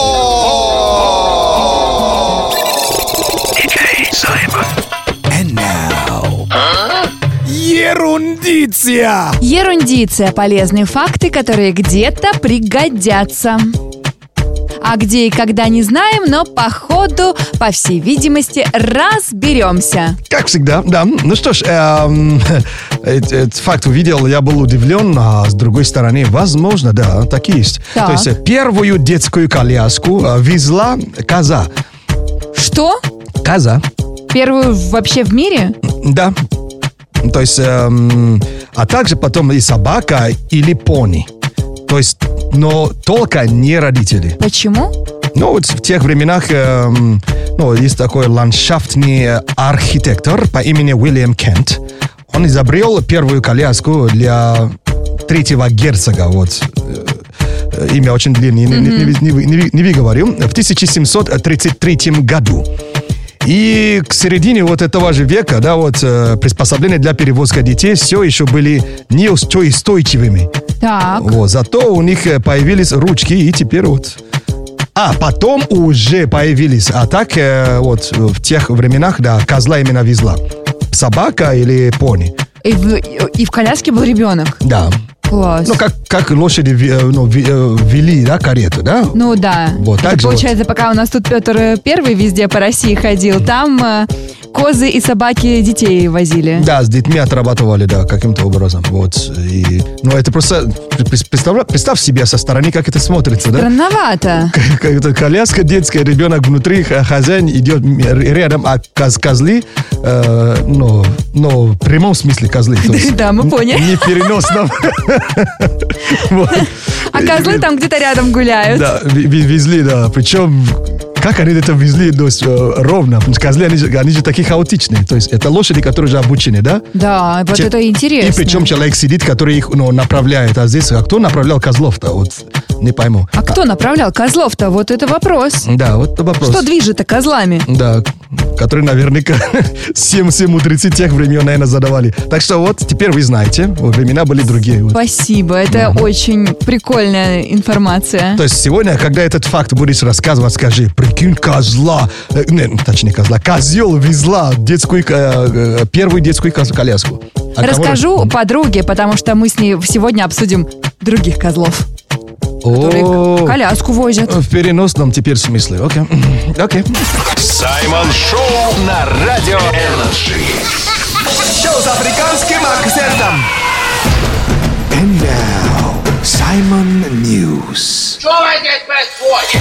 [SPEAKER 2] And now... Ерундиция!
[SPEAKER 4] Ерундиция. Полезные факты, которые где-то пригодятся. А где и когда не знаем, но по ходу, по всей видимости, разберемся.
[SPEAKER 3] Как всегда, да. Ну что ж, эм, эт- этот факт увидел, я был удивлен, а с другой стороны, возможно, да, так и есть.
[SPEAKER 4] Так.
[SPEAKER 3] То есть э, первую детскую коляску э, везла коза.
[SPEAKER 4] Что?
[SPEAKER 3] Коза,
[SPEAKER 4] Первую вообще в мире?
[SPEAKER 3] да. То есть, эм, а также потом и собака, или пони. То есть, но только не родители.
[SPEAKER 4] Почему?
[SPEAKER 3] Ну, вот в тех временах эм, ну, есть такой ландшафтный э, архитектор по имени Уильям Кент. Он изобрел первую коляску для третьего герцога. Вот. Э, Имя очень длинное, не, не- не- не- не- не выговорю. В 1733 году. И к середине вот этого же века, да, вот э, приспособления для перевозка детей все еще были неустойчивыми.
[SPEAKER 4] Так.
[SPEAKER 3] Вот, зато у них э, появились ручки, и теперь вот... А, потом уже появились. А так, э, вот, э, в тех временах, да, козла именно везла. Собака или пони.
[SPEAKER 4] И в, и в коляске был ребенок.
[SPEAKER 3] Да.
[SPEAKER 4] Класс.
[SPEAKER 3] Ну, как, как лошади ви- э, ну, ви- э, вели, да, карету, да?
[SPEAKER 4] Ну да.
[SPEAKER 3] Вот
[SPEAKER 4] Это
[SPEAKER 3] так же вот.
[SPEAKER 4] получается, пока у нас тут Петр э, Первый везде по России ходил, там э, козы и собаки детей возили.
[SPEAKER 3] Да, с детьми отрабатывали, да, каким-то образом. Вот. И, ну, это просто... прис- Представь, представь себе со стороны, как это смотрится, да?
[SPEAKER 4] Странновато.
[SPEAKER 3] какая-то коляска детская, ребенок внутри, х- хозяин идет м- р- рядом, а коз- козлы, э, ну, ну, в прямом смысле козлы. то есть
[SPEAKER 4] Да, мы поняли.
[SPEAKER 3] Не в переносном. Вот.
[SPEAKER 4] А козлы там где-то рядом гуляют.
[SPEAKER 3] Да, ви- ви- везли, да. Причем, как они это везли то есть, э, ровно? Потому что козлы, они же, они же такие хаотичные. То есть, это лошади, которые же обучены, да?
[SPEAKER 4] Да, вот
[SPEAKER 3] Че-
[SPEAKER 4] это интересно.
[SPEAKER 3] И причем человек сидит, который их ну, направляет. А здесь, а кто направлял козлов-то? Вот не пойму.
[SPEAKER 4] А кто направлял козлов-то? Вот это вопрос.
[SPEAKER 3] Да, вот вопрос.
[SPEAKER 4] Что движет-то козлами?
[SPEAKER 3] Да, который наверняка всем все мудрецы тех времен, наверное, задавали. Так что вот, теперь вы знаете, вот времена были другие. вот.
[SPEAKER 4] Спасибо, это очень прикольная информация.
[SPEAKER 3] То есть сегодня, когда этот факт будешь рассказывать, скажи, прикинь, козла, э, не, ну, точнее козла, козел везла детскую, э, э, первую детскую коз- коляску. А кого-
[SPEAKER 4] Расскажу подруге, потому что мы с ней сегодня обсудим других козлов, которые
[SPEAKER 3] О,
[SPEAKER 4] коляску возят.
[SPEAKER 3] В переносном теперь смысле, окей. Окей.
[SPEAKER 5] Саймон Шоу на Радио Энерджи.
[SPEAKER 2] Шоу с африканским акцентом. And now, Simon News.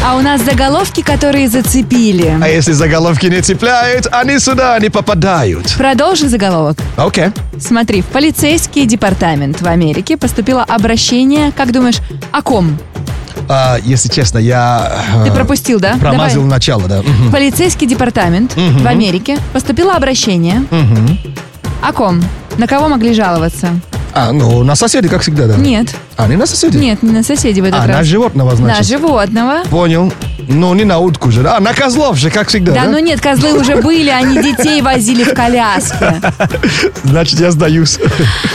[SPEAKER 4] А у нас заголовки, которые зацепили.
[SPEAKER 3] А если заголовки не цепляют, они сюда не попадают.
[SPEAKER 4] Продолжи заголовок.
[SPEAKER 3] Окей.
[SPEAKER 4] Смотри, в полицейский департамент в Америке поступило обращение, как думаешь, о ком?
[SPEAKER 3] А, если честно, я...
[SPEAKER 4] Ты
[SPEAKER 3] э,
[SPEAKER 4] пропустил, да?
[SPEAKER 3] Промазил
[SPEAKER 4] Давай.
[SPEAKER 3] начало, да.
[SPEAKER 4] В полицейский департамент в Америке поступило обращение. О ком? На кого могли жаловаться?
[SPEAKER 3] А, ну, на соседи, как всегда, да?
[SPEAKER 4] Нет.
[SPEAKER 3] А, не на соседи?
[SPEAKER 4] Нет, не на соседей в этот
[SPEAKER 3] А,
[SPEAKER 4] раз.
[SPEAKER 3] на животного, значит.
[SPEAKER 4] На животного.
[SPEAKER 3] Понял. Ну, не на утку же. да? А, на козлов же, как всегда,
[SPEAKER 4] Да,
[SPEAKER 3] да?
[SPEAKER 4] ну нет, козлы уже были, они детей возили в коляске.
[SPEAKER 3] Значит, я сдаюсь.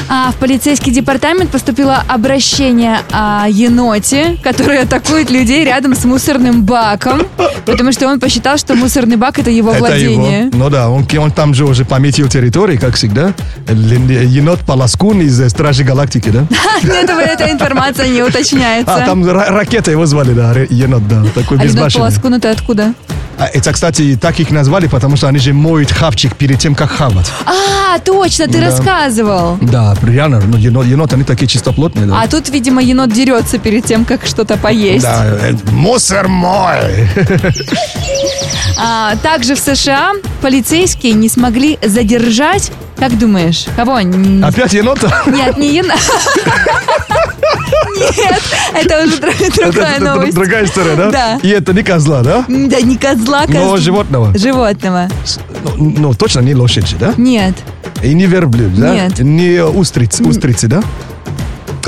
[SPEAKER 4] А в полицейский департамент поступило обращение о еноте, который атакует людей рядом с мусорным баком, потому что он посчитал, что мусорный бак это его владение.
[SPEAKER 3] Это его. Ну да, он, он там же уже пометил территории, как всегда. Лен- Енот Полоскун из э, Стражи Галактики, да?
[SPEAKER 4] Нет, этого- эта информация не уточняется.
[SPEAKER 3] А, там ра- ракета его звали, да, ре- енот, да, такой
[SPEAKER 4] А ребят
[SPEAKER 3] безбашенный.
[SPEAKER 4] полоску, ну ты откуда?
[SPEAKER 3] А это, кстати, так их назвали, потому что они же моют хавчик перед тем, как хавать.
[SPEAKER 4] А, точно, ты
[SPEAKER 3] Да.
[SPEAKER 4] рассказывал.
[SPEAKER 3] Да, реально, ну, енот, енот, они такие чистоплотные, да.
[SPEAKER 4] А тут, видимо, енот дерется перед тем, как что-то поесть.
[SPEAKER 3] Да, э, мусор мой!
[SPEAKER 4] А, также в США полицейские не смогли задержать, как думаешь, кого? Н-
[SPEAKER 3] Опять енота?
[SPEAKER 4] Нет, не ена. Нет, это уже др- другая
[SPEAKER 3] Это др-
[SPEAKER 4] новость.
[SPEAKER 3] Другая история, да?
[SPEAKER 4] Да.
[SPEAKER 3] И это не козла, да?
[SPEAKER 4] М, Да, не козла, коз-
[SPEAKER 3] Но животного.
[SPEAKER 4] Животного.
[SPEAKER 3] С- Ну, ну, точно не лошадь, же, да?
[SPEAKER 4] Нет.
[SPEAKER 3] И не верблюд, да?
[SPEAKER 4] Нет.
[SPEAKER 3] Не э, устриц, устрицы, да?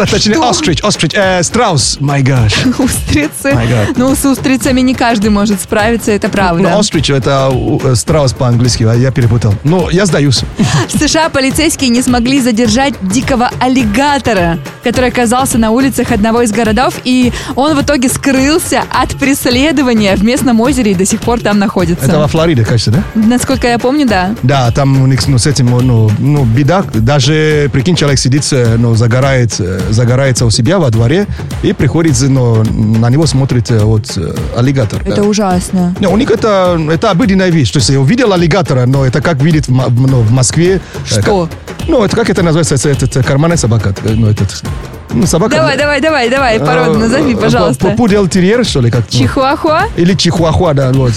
[SPEAKER 3] А, точнее, острич, острич, э, страус, my gosh.
[SPEAKER 4] Устрицы.
[SPEAKER 3] My God.
[SPEAKER 4] Ну, с устрицами не каждый может справиться, это правда.
[SPEAKER 3] Ну, острич, это э, страус по-английски, а я перепутал. Ну, я сдаюсь.
[SPEAKER 4] В США полицейские не смогли задержать дикого аллигатора, который оказался на улицах одного из городов, и он в итоге скрылся от преследования в местном озере и до сих пор там находится.
[SPEAKER 3] Это во Флориде, кажется, да?
[SPEAKER 4] Насколько я помню, да.
[SPEAKER 3] Да, там у них ну, с этим ну, ну, беда. Даже, прикинь, человек сидит, э, ну, загорает, э, загорается у себя во дворе и приходит, ну, на него смотрит э, вот э, аллигатор. да.
[SPEAKER 4] Это ужасно.
[SPEAKER 3] Не, у них это, это обыденная вещь. То есть я увидел аллигатора, но это как видит в, М- ну, в Москве. э,
[SPEAKER 4] Что?
[SPEAKER 3] как- ну, это как это называется? Это, это- это карманная собака. э, Ну, этот, ну, собака.
[SPEAKER 4] Давай, давай, давай, давай,
[SPEAKER 3] Э,
[SPEAKER 4] породу назови, пожалуйста.
[SPEAKER 3] Пудел-терьер, что ли, как ну,
[SPEAKER 4] Чихуахуа?
[SPEAKER 3] Или чихуахуа, да, вот.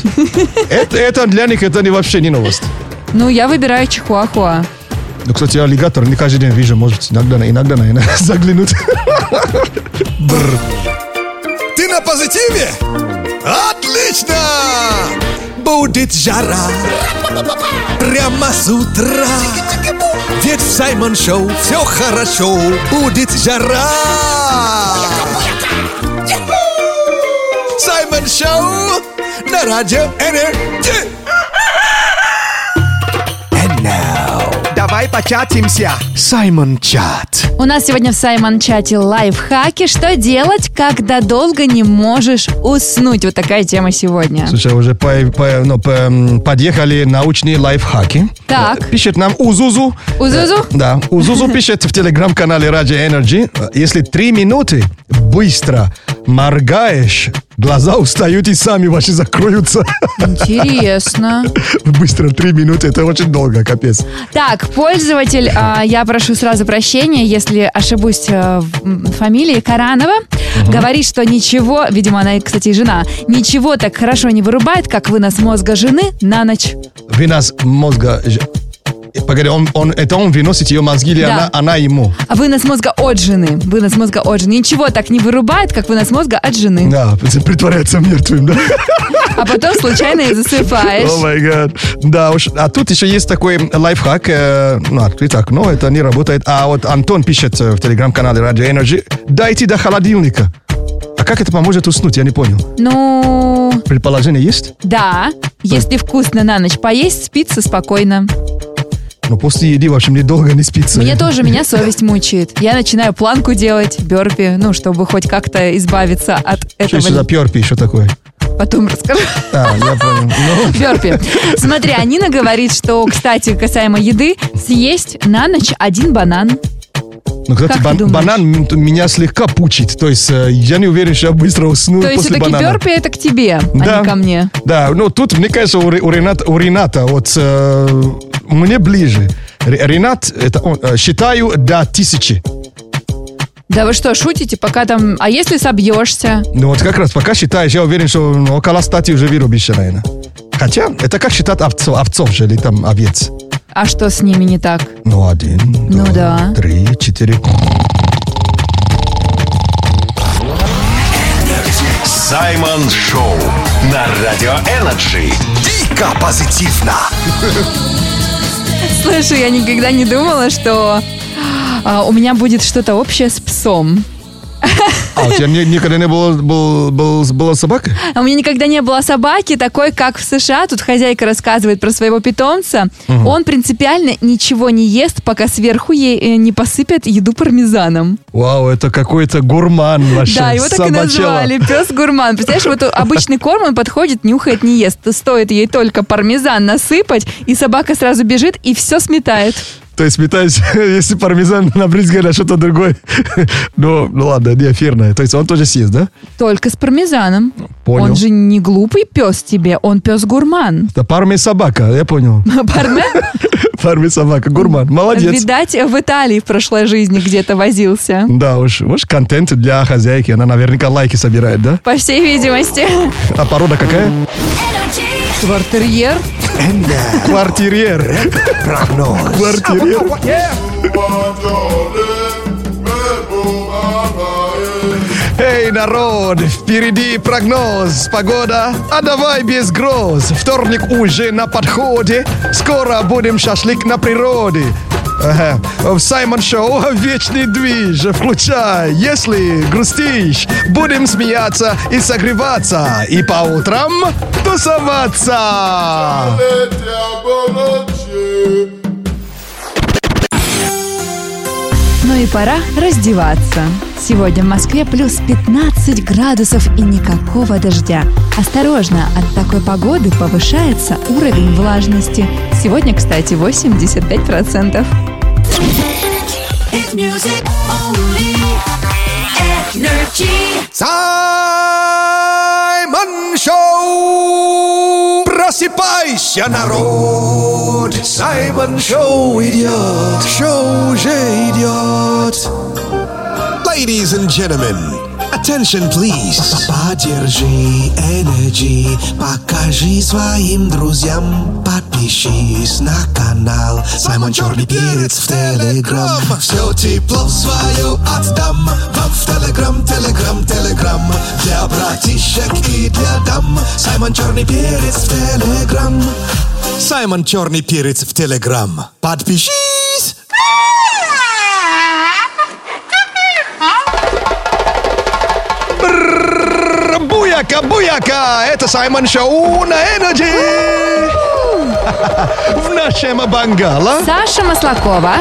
[SPEAKER 3] это, это для них это не, вообще не новость.
[SPEAKER 4] Ну, я выбираю чихуахуа.
[SPEAKER 3] Ну, кстати, я аллигатор не каждый день вижу, может, иногда, иногда, наверное, заглянут.
[SPEAKER 2] Ты на позитиве? Отлично! Будет жара Прямо с утра Ведь в Саймон Шоу все хорошо Будет жара Саймон Шоу на радио Энерджи Давай початимся Саймон Чат
[SPEAKER 4] У нас сегодня в Саймон-чате лайфхаки. Что делать, когда долго не можешь уснуть? Вот такая тема сегодня.
[SPEAKER 3] Слушай, уже по- по- ну, по- м, подъехали научные лайфхаки.
[SPEAKER 4] Так.
[SPEAKER 3] Э, Пишет нам Узузу.
[SPEAKER 4] Узузу?
[SPEAKER 3] Э, Да, Узузу пишет в телеграм-канале Radio Energy. э, Если три минуты быстро моргаешь, глаза устают и сами ваши закроются.
[SPEAKER 4] Интересно.
[SPEAKER 3] Быстро три минуты, это очень долго, капец.
[SPEAKER 4] Так, пользователь, а, я прошу сразу прощения, если ошибусь э, в м, фамилии Каранова, говорит, что ничего, видимо, она, кстати, и жена, ничего так хорошо не вырубает, как вынос мозга жены на ночь.
[SPEAKER 3] Вынос мозга... ж- Погоди, он, он, это он выносит ее мозги или
[SPEAKER 4] Да.
[SPEAKER 3] она, она ему?
[SPEAKER 4] А вынос мозга от жены. Вынос мозга от жены. Ничего так не вырубает, как вынос мозга от жены.
[SPEAKER 3] Да, притворяется мертвым, да?
[SPEAKER 4] А потом случайно и
[SPEAKER 3] О
[SPEAKER 4] засыпаешь.
[SPEAKER 3] май гад. Да уж. А тут еще есть такой лайфхак. э, ну, открыть окно, это не работает. А вот Антон пишет э, в телеграм-канале Radio Energy. Дайте до холодильника. А как это поможет уснуть, я не понял.
[SPEAKER 4] Ну,
[SPEAKER 3] Предположение есть?
[SPEAKER 4] да. Если вкусно на ночь поесть, спится спокойно.
[SPEAKER 3] Но Ну, после еды, в общем, недолго не спится.
[SPEAKER 4] Мне тоже, меня совесть мучает. Я начинаю планку делать, бёрпи, ну, чтобы хоть как-то избавиться от
[SPEAKER 3] Что еще за
[SPEAKER 4] этого.
[SPEAKER 3] перпи еще такое?
[SPEAKER 4] Потом расскажу.
[SPEAKER 3] А, я понял. Ну,
[SPEAKER 4] Бёрпи. Смотри, а Нина говорит, что, кстати, касаемо еды, съесть на ночь один банан.
[SPEAKER 3] ну, кстати,
[SPEAKER 4] Как ты
[SPEAKER 3] бан-
[SPEAKER 4] думаешь?
[SPEAKER 3] банан м- меня слегка пучит. То есть э, я не уверен, что я быстро усну
[SPEAKER 4] То есть
[SPEAKER 3] после
[SPEAKER 4] все-таки
[SPEAKER 3] банана.
[SPEAKER 4] бёрпи это к тебе, а не ко мне.
[SPEAKER 3] Да, ну тут, мне кажется, у, Ре- у Рената, у Рената вот э, мне ближе. Ре- Ренат, это он, э, считаю до тысячи.
[SPEAKER 4] Да вы что, шутите, пока там... А если собьешься?
[SPEAKER 3] Ну вот как раз пока считаешь, я уверен, что ну, около стати уже вырубишь, наверное. Хотя, это как считать овцов, овцов же, или там овец.
[SPEAKER 4] А что с ними не так?
[SPEAKER 3] Ну, один,
[SPEAKER 4] Ну
[SPEAKER 3] два,
[SPEAKER 4] да.
[SPEAKER 3] три, четыре.
[SPEAKER 5] Саймон Шоу на Радио Энерджи.
[SPEAKER 2] Дико позитивно
[SPEAKER 4] Слушай, я никогда не думала, что а, у меня будет что-то общее с псом.
[SPEAKER 3] А у тебя ни- никогда не было, был, был, была собака?
[SPEAKER 4] А у меня никогда не было собаки, такой, как в США. Тут хозяйка рассказывает про своего питомца. Он принципиально ничего не ест, пока сверху ей э, не посыпят еду пармезаном.
[SPEAKER 3] Вау, это какой-то гурман вообще.
[SPEAKER 4] да, его так и
[SPEAKER 3] собачела.
[SPEAKER 4] назвали. Пес гурман. Представляешь, вот обычный корм он подходит, нюхает, не ест. Стоит ей только пармезан насыпать, и собака сразу бежит и все сметает.
[SPEAKER 3] То есть метаюсь, если пармезан набрызгали на а что-то другое. Ну, ну ладно, не эфирное. То есть он тоже съест, да?
[SPEAKER 4] Только с пармезаном.
[SPEAKER 3] Ну, Понял.
[SPEAKER 4] Он же не глупый пес тебе, он пес гурман.
[SPEAKER 3] Да парми собака, я понял.
[SPEAKER 4] Пармен,
[SPEAKER 3] Парми собака, гурман. Молодец.
[SPEAKER 4] видать, в Италии в прошлой жизни где-то возился.
[SPEAKER 3] Да уж, уж контент для хозяйки. Она наверняка лайки собирает, да?
[SPEAKER 4] По всей видимости.
[SPEAKER 3] А порода какая?
[SPEAKER 4] Квартерьер.
[SPEAKER 3] Квартирьер. Квартирьер. Эй, народ, впереди прогноз, погода, а давай без гроз. Вторник уже на подходе, скоро будем шашлык на природе. Ага. В Саймон Шоу вечный движ, включай, если грустишь, будем смеяться и согреваться, и по утрам тусоваться.
[SPEAKER 4] Ну и пора раздеваться. Сегодня в Москве плюс 15 градусов и никакого дождя. Осторожно, от такой погоды повышается уровень влажности. Сегодня, кстати, 85%.
[SPEAKER 2] Саймон Шоу! Просыпайся, народ! Саймон Шоу идет! Шоу уже идет!
[SPEAKER 1] Ladies and gentlemen, attention please. Поддержи Energy, покажи своим друзьям. Подпишись на канал Саймон Черный Перец в Телеграм. Все тепло свое отдам вам в Телеграм, Телеграм, Телеграм. Для братишек и для дам Саймон Черный Перец в Телеграм. Саймон Черный Перец в Телеграм. Подпишись!
[SPEAKER 3] Буяка, буяка! Это Саймон Шоу на Энерджи! В нашем бангала
[SPEAKER 4] Саша Маслакова.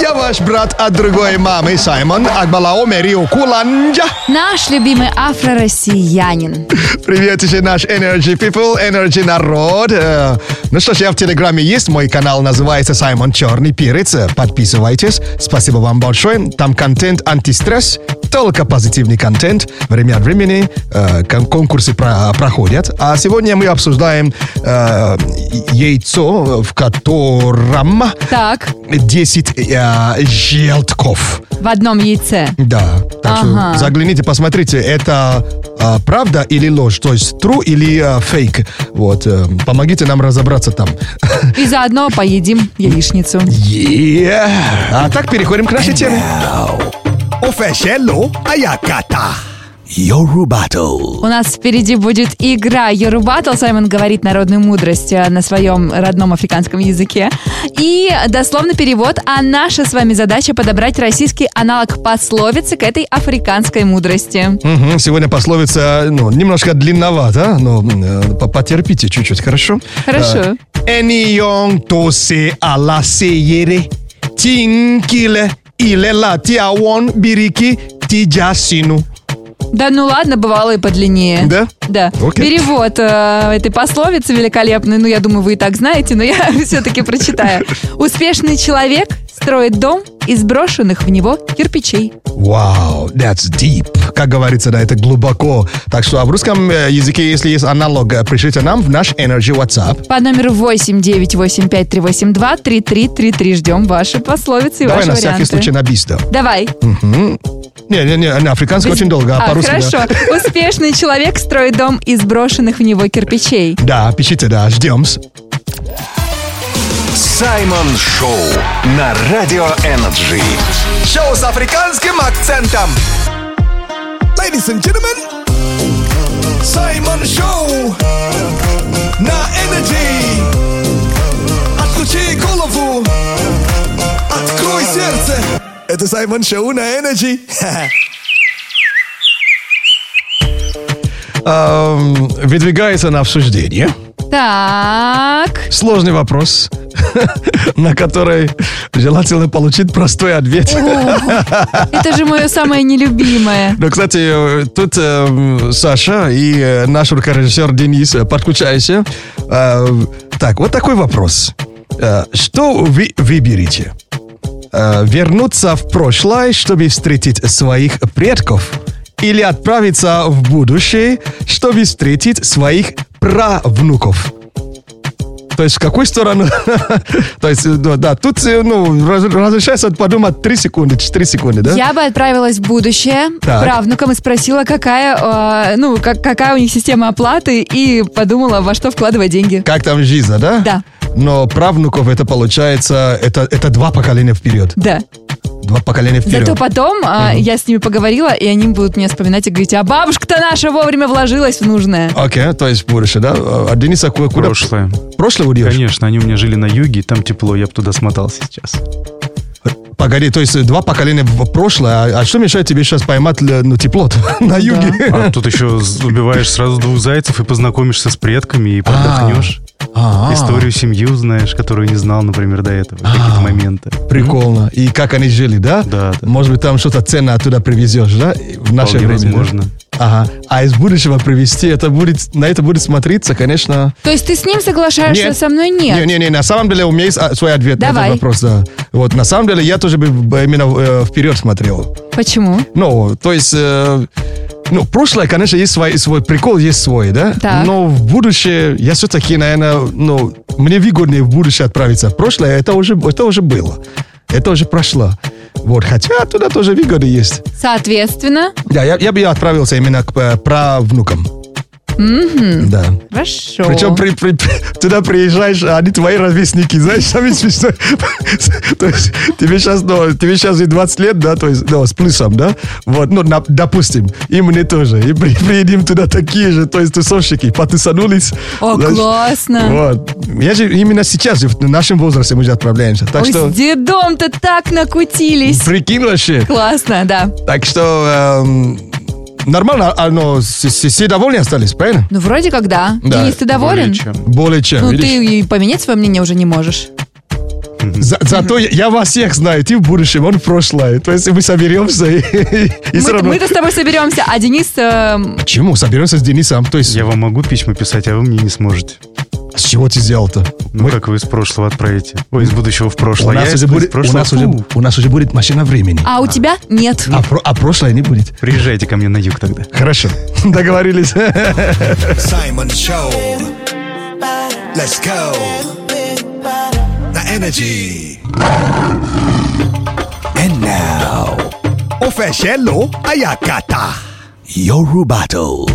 [SPEAKER 3] я ваш брат от другой мамы Саймон Акбалао Мерио Куланджа.
[SPEAKER 4] Наш любимый афро-россиянин.
[SPEAKER 3] Привет еще наш Energy People, Energy народ. Э, Ну что ж, я в Телеграме есть, мой канал называется Саймон Черный Перец. Э, Подписывайтесь. Спасибо вам большое. Там контент антистресс, только позитивный контент. Время от времени э, кон- конкурсы про- проходят. А сегодня мы обсуждаем э, яйцо, в котором
[SPEAKER 4] Так,
[SPEAKER 3] 10 э, желтков.
[SPEAKER 4] в одном яйце.
[SPEAKER 3] Да. Так
[SPEAKER 4] Ага.
[SPEAKER 3] что загляните, посмотрите, это а, правда или ложь, то есть true или а, фейк. Вот, э, помогите нам разобраться там.
[SPEAKER 4] И заодно поедим яичницу.
[SPEAKER 3] Yeah. А так переходим к нашей теме.
[SPEAKER 2] Офешело Аяката! Йору Battle!
[SPEAKER 4] У нас впереди будет игра Ерубатл. Саймон говорит народную мудрость э, на своем родном африканском языке. И дословный перевод. А наша с вами задача подобрать российский аналог пословицы к этой африканской мудрости.
[SPEAKER 3] Мгм, Сегодня пословица, ну, немножко длинновато, но э, по- потерпите чуть-чуть, хорошо?
[SPEAKER 4] Хорошо.
[SPEAKER 3] Э, Any young to say ala se yere, tinkile ile lati awon biriki tijasinu.
[SPEAKER 4] Да ну ладно, бывало и подлиннее.
[SPEAKER 3] Да?
[SPEAKER 4] Да.
[SPEAKER 3] Окей.
[SPEAKER 4] Перевод э, этой пословицы великолепной, ну я думаю, вы и так знаете, но я все-таки прочитаю. Успешный человек строит дом из брошенных в него кирпичей.
[SPEAKER 3] Вау, that's deep. Как говорится, да, это глубоко. Так что а в русском э, языке, если есть аналог, э, пришлите нам в наш Energy WhatsApp.
[SPEAKER 4] По номеру 89853823333 ждем ваши пословицы и
[SPEAKER 3] Давай
[SPEAKER 4] ваши
[SPEAKER 3] на
[SPEAKER 4] варианты.
[SPEAKER 3] всякий случай на бис, да.
[SPEAKER 4] Давай.
[SPEAKER 3] Не-не-не, на африканский очень долго, а,
[SPEAKER 4] А,
[SPEAKER 3] по-русски. да.
[SPEAKER 4] хорошо. Успешный человек строит дом из брошенных в него кирпичей.
[SPEAKER 3] Да, пишите, да, ждем.
[SPEAKER 5] Саймон Шоу на Радио Энерджи.
[SPEAKER 2] Шоу с африканским акцентом. Ladies and gentlemen, Саймон Шоу на Energy. Отключи голову, Открой сердце! Это Саймон Шоу на Energy.
[SPEAKER 3] Эм, Выдвигается на обсуждение.
[SPEAKER 4] Так.
[SPEAKER 3] Сложный вопрос, на который желательно получить простой ответ.
[SPEAKER 4] Это же мое самое нелюбимое.
[SPEAKER 3] Ну, кстати, э, тут э, Саша и э, наш рукорежиссер Денис, э, подключайся. Э, так, вот такой вопрос. Э, что вы выберете? Э, вернуться в прошлое, чтобы встретить своих предков? Или отправиться в будущее, чтобы встретить своих правнуков? То есть в какую сторону? То есть, э, да, да, тут э, ну, раз- разрешается подумать 3 секунды, 4 секунды, да?
[SPEAKER 4] Я бы отправилась в будущее к
[SPEAKER 3] Так.
[SPEAKER 4] правнукам и спросила, какая, э, ну, как- какая у них система оплаты, и подумала, во что вкладывать деньги.
[SPEAKER 3] Как там жизнь, да?
[SPEAKER 4] Да.
[SPEAKER 3] Но правнуков это получается, это, это два поколения вперед.
[SPEAKER 4] Да.
[SPEAKER 3] Два поколения вперед.
[SPEAKER 4] Зато потом а, я с ними поговорила, и они будут мне вспоминать и говорить, а бабушка-то наша вовремя вложилась в нужное.
[SPEAKER 3] Окей, то есть будущее, да? А Дениса ку- куда?
[SPEAKER 10] Прошлое.
[SPEAKER 3] Прошлое уйдешь?
[SPEAKER 10] Конечно, они у меня жили на юге, и там тепло, я бы туда смотался сейчас.
[SPEAKER 3] Погоди, то есть два поколения в прошлое, а, а что мешает тебе сейчас поймать э, ну, тепло на юге?
[SPEAKER 10] А тут еще з- убиваешь сразу двух зайцев и познакомишься с предками, и подохнешь.
[SPEAKER 3] А,
[SPEAKER 10] Историю семью знаешь, которую не знал, например, до этого. Какие-то моменты.
[SPEAKER 3] Прикольно. И как они жили, да?
[SPEAKER 10] Да, да.
[SPEAKER 3] Может быть, там что-то ценное оттуда привезешь, да? В наше
[SPEAKER 10] Вполне
[SPEAKER 3] время. да?
[SPEAKER 10] возможно.
[SPEAKER 3] Ага. А из будущего привезти, это будет, на это будет смотриться, конечно,
[SPEAKER 4] То есть ты с ним соглашаешься, а
[SPEAKER 3] Нет.
[SPEAKER 4] со мной нет?
[SPEAKER 3] Не, не, не, на самом деле у меня есть а, свой ответ на
[SPEAKER 4] Давай.
[SPEAKER 3] этот вопрос, да. Вот, на самом деле я тоже бы б- именно э, вперед смотрел.
[SPEAKER 4] Почему?
[SPEAKER 3] Ну, то есть, э, ну, прошлое, конечно, есть свой, свой прикол, есть свой, да?
[SPEAKER 4] Так.
[SPEAKER 3] Но в будущее я все-таки, наверное, ну, мне выгоднее в будущее отправиться. Прошлое, это уже, это уже было. Это уже прошло. Вот, хотя туда тоже выгоды есть.
[SPEAKER 4] Соответственно,
[SPEAKER 3] Да, я, я бы отправился именно к э, правнукам. Да.
[SPEAKER 4] хорошо.
[SPEAKER 3] Причем при- при- при- туда приезжаешь, а они твои ровесники, знаешь, самое смешное. То есть тебе сейчас, ну, тебе сейчас и 20 лет, да, то есть, ну, с плюсом, да, вот, ну, нап- допустим, и мне тоже, и при- приедем туда такие же, то есть тусовщики, потусанулись.
[SPEAKER 4] О,
[SPEAKER 3] знаешь.
[SPEAKER 4] классно.
[SPEAKER 3] Вот. Я же именно сейчас, же в нашем возрасте мы же отправляемся, так
[SPEAKER 4] Ой,
[SPEAKER 3] что...
[SPEAKER 4] с дедом-то так накутились.
[SPEAKER 3] Прикинь вообще.
[SPEAKER 4] Классно, да.
[SPEAKER 3] Так что эм, нормально, а, но с- с- все довольны остались, правильно?
[SPEAKER 4] Ну, вроде как да.
[SPEAKER 3] Да,
[SPEAKER 4] Денис, ты доволен?
[SPEAKER 10] Более чем.
[SPEAKER 3] Более чем.
[SPEAKER 4] Ну,
[SPEAKER 3] видишь?
[SPEAKER 4] ты и поменять свое мнение уже не можешь.
[SPEAKER 3] За- зато я- я вас всех знаю, ты в будущем, он в прошлое. То есть мы соберемся и, и- и всё
[SPEAKER 4] Мы-
[SPEAKER 3] равно-
[SPEAKER 4] Мы-то с тобой соберемся, а Денис... эм,
[SPEAKER 3] Почему? Соберемся с Денисом. То есть,
[SPEAKER 10] Я вам могу письма писать, а вы мне не сможете.
[SPEAKER 3] с чего ты сделал-то?
[SPEAKER 10] Ну, как вы из прошлого отправите? Ой, из будущего в прошлое.
[SPEAKER 3] у,
[SPEAKER 10] Я
[SPEAKER 3] нас
[SPEAKER 10] из-
[SPEAKER 3] уже
[SPEAKER 10] из
[SPEAKER 3] будет, у,
[SPEAKER 10] прошлого-
[SPEAKER 3] нас уже,
[SPEAKER 10] Фу.
[SPEAKER 3] у нас уже будет машина времени.
[SPEAKER 4] А у тебя нет.
[SPEAKER 3] А, про- а прошлое не будет.
[SPEAKER 10] Приезжайте ко мне на юг тогда.
[SPEAKER 3] Хорошо. Договорились.
[SPEAKER 2] Саймон Шоу. Let's go. На Energy. And now. Official Ayakata. Yoru Battle.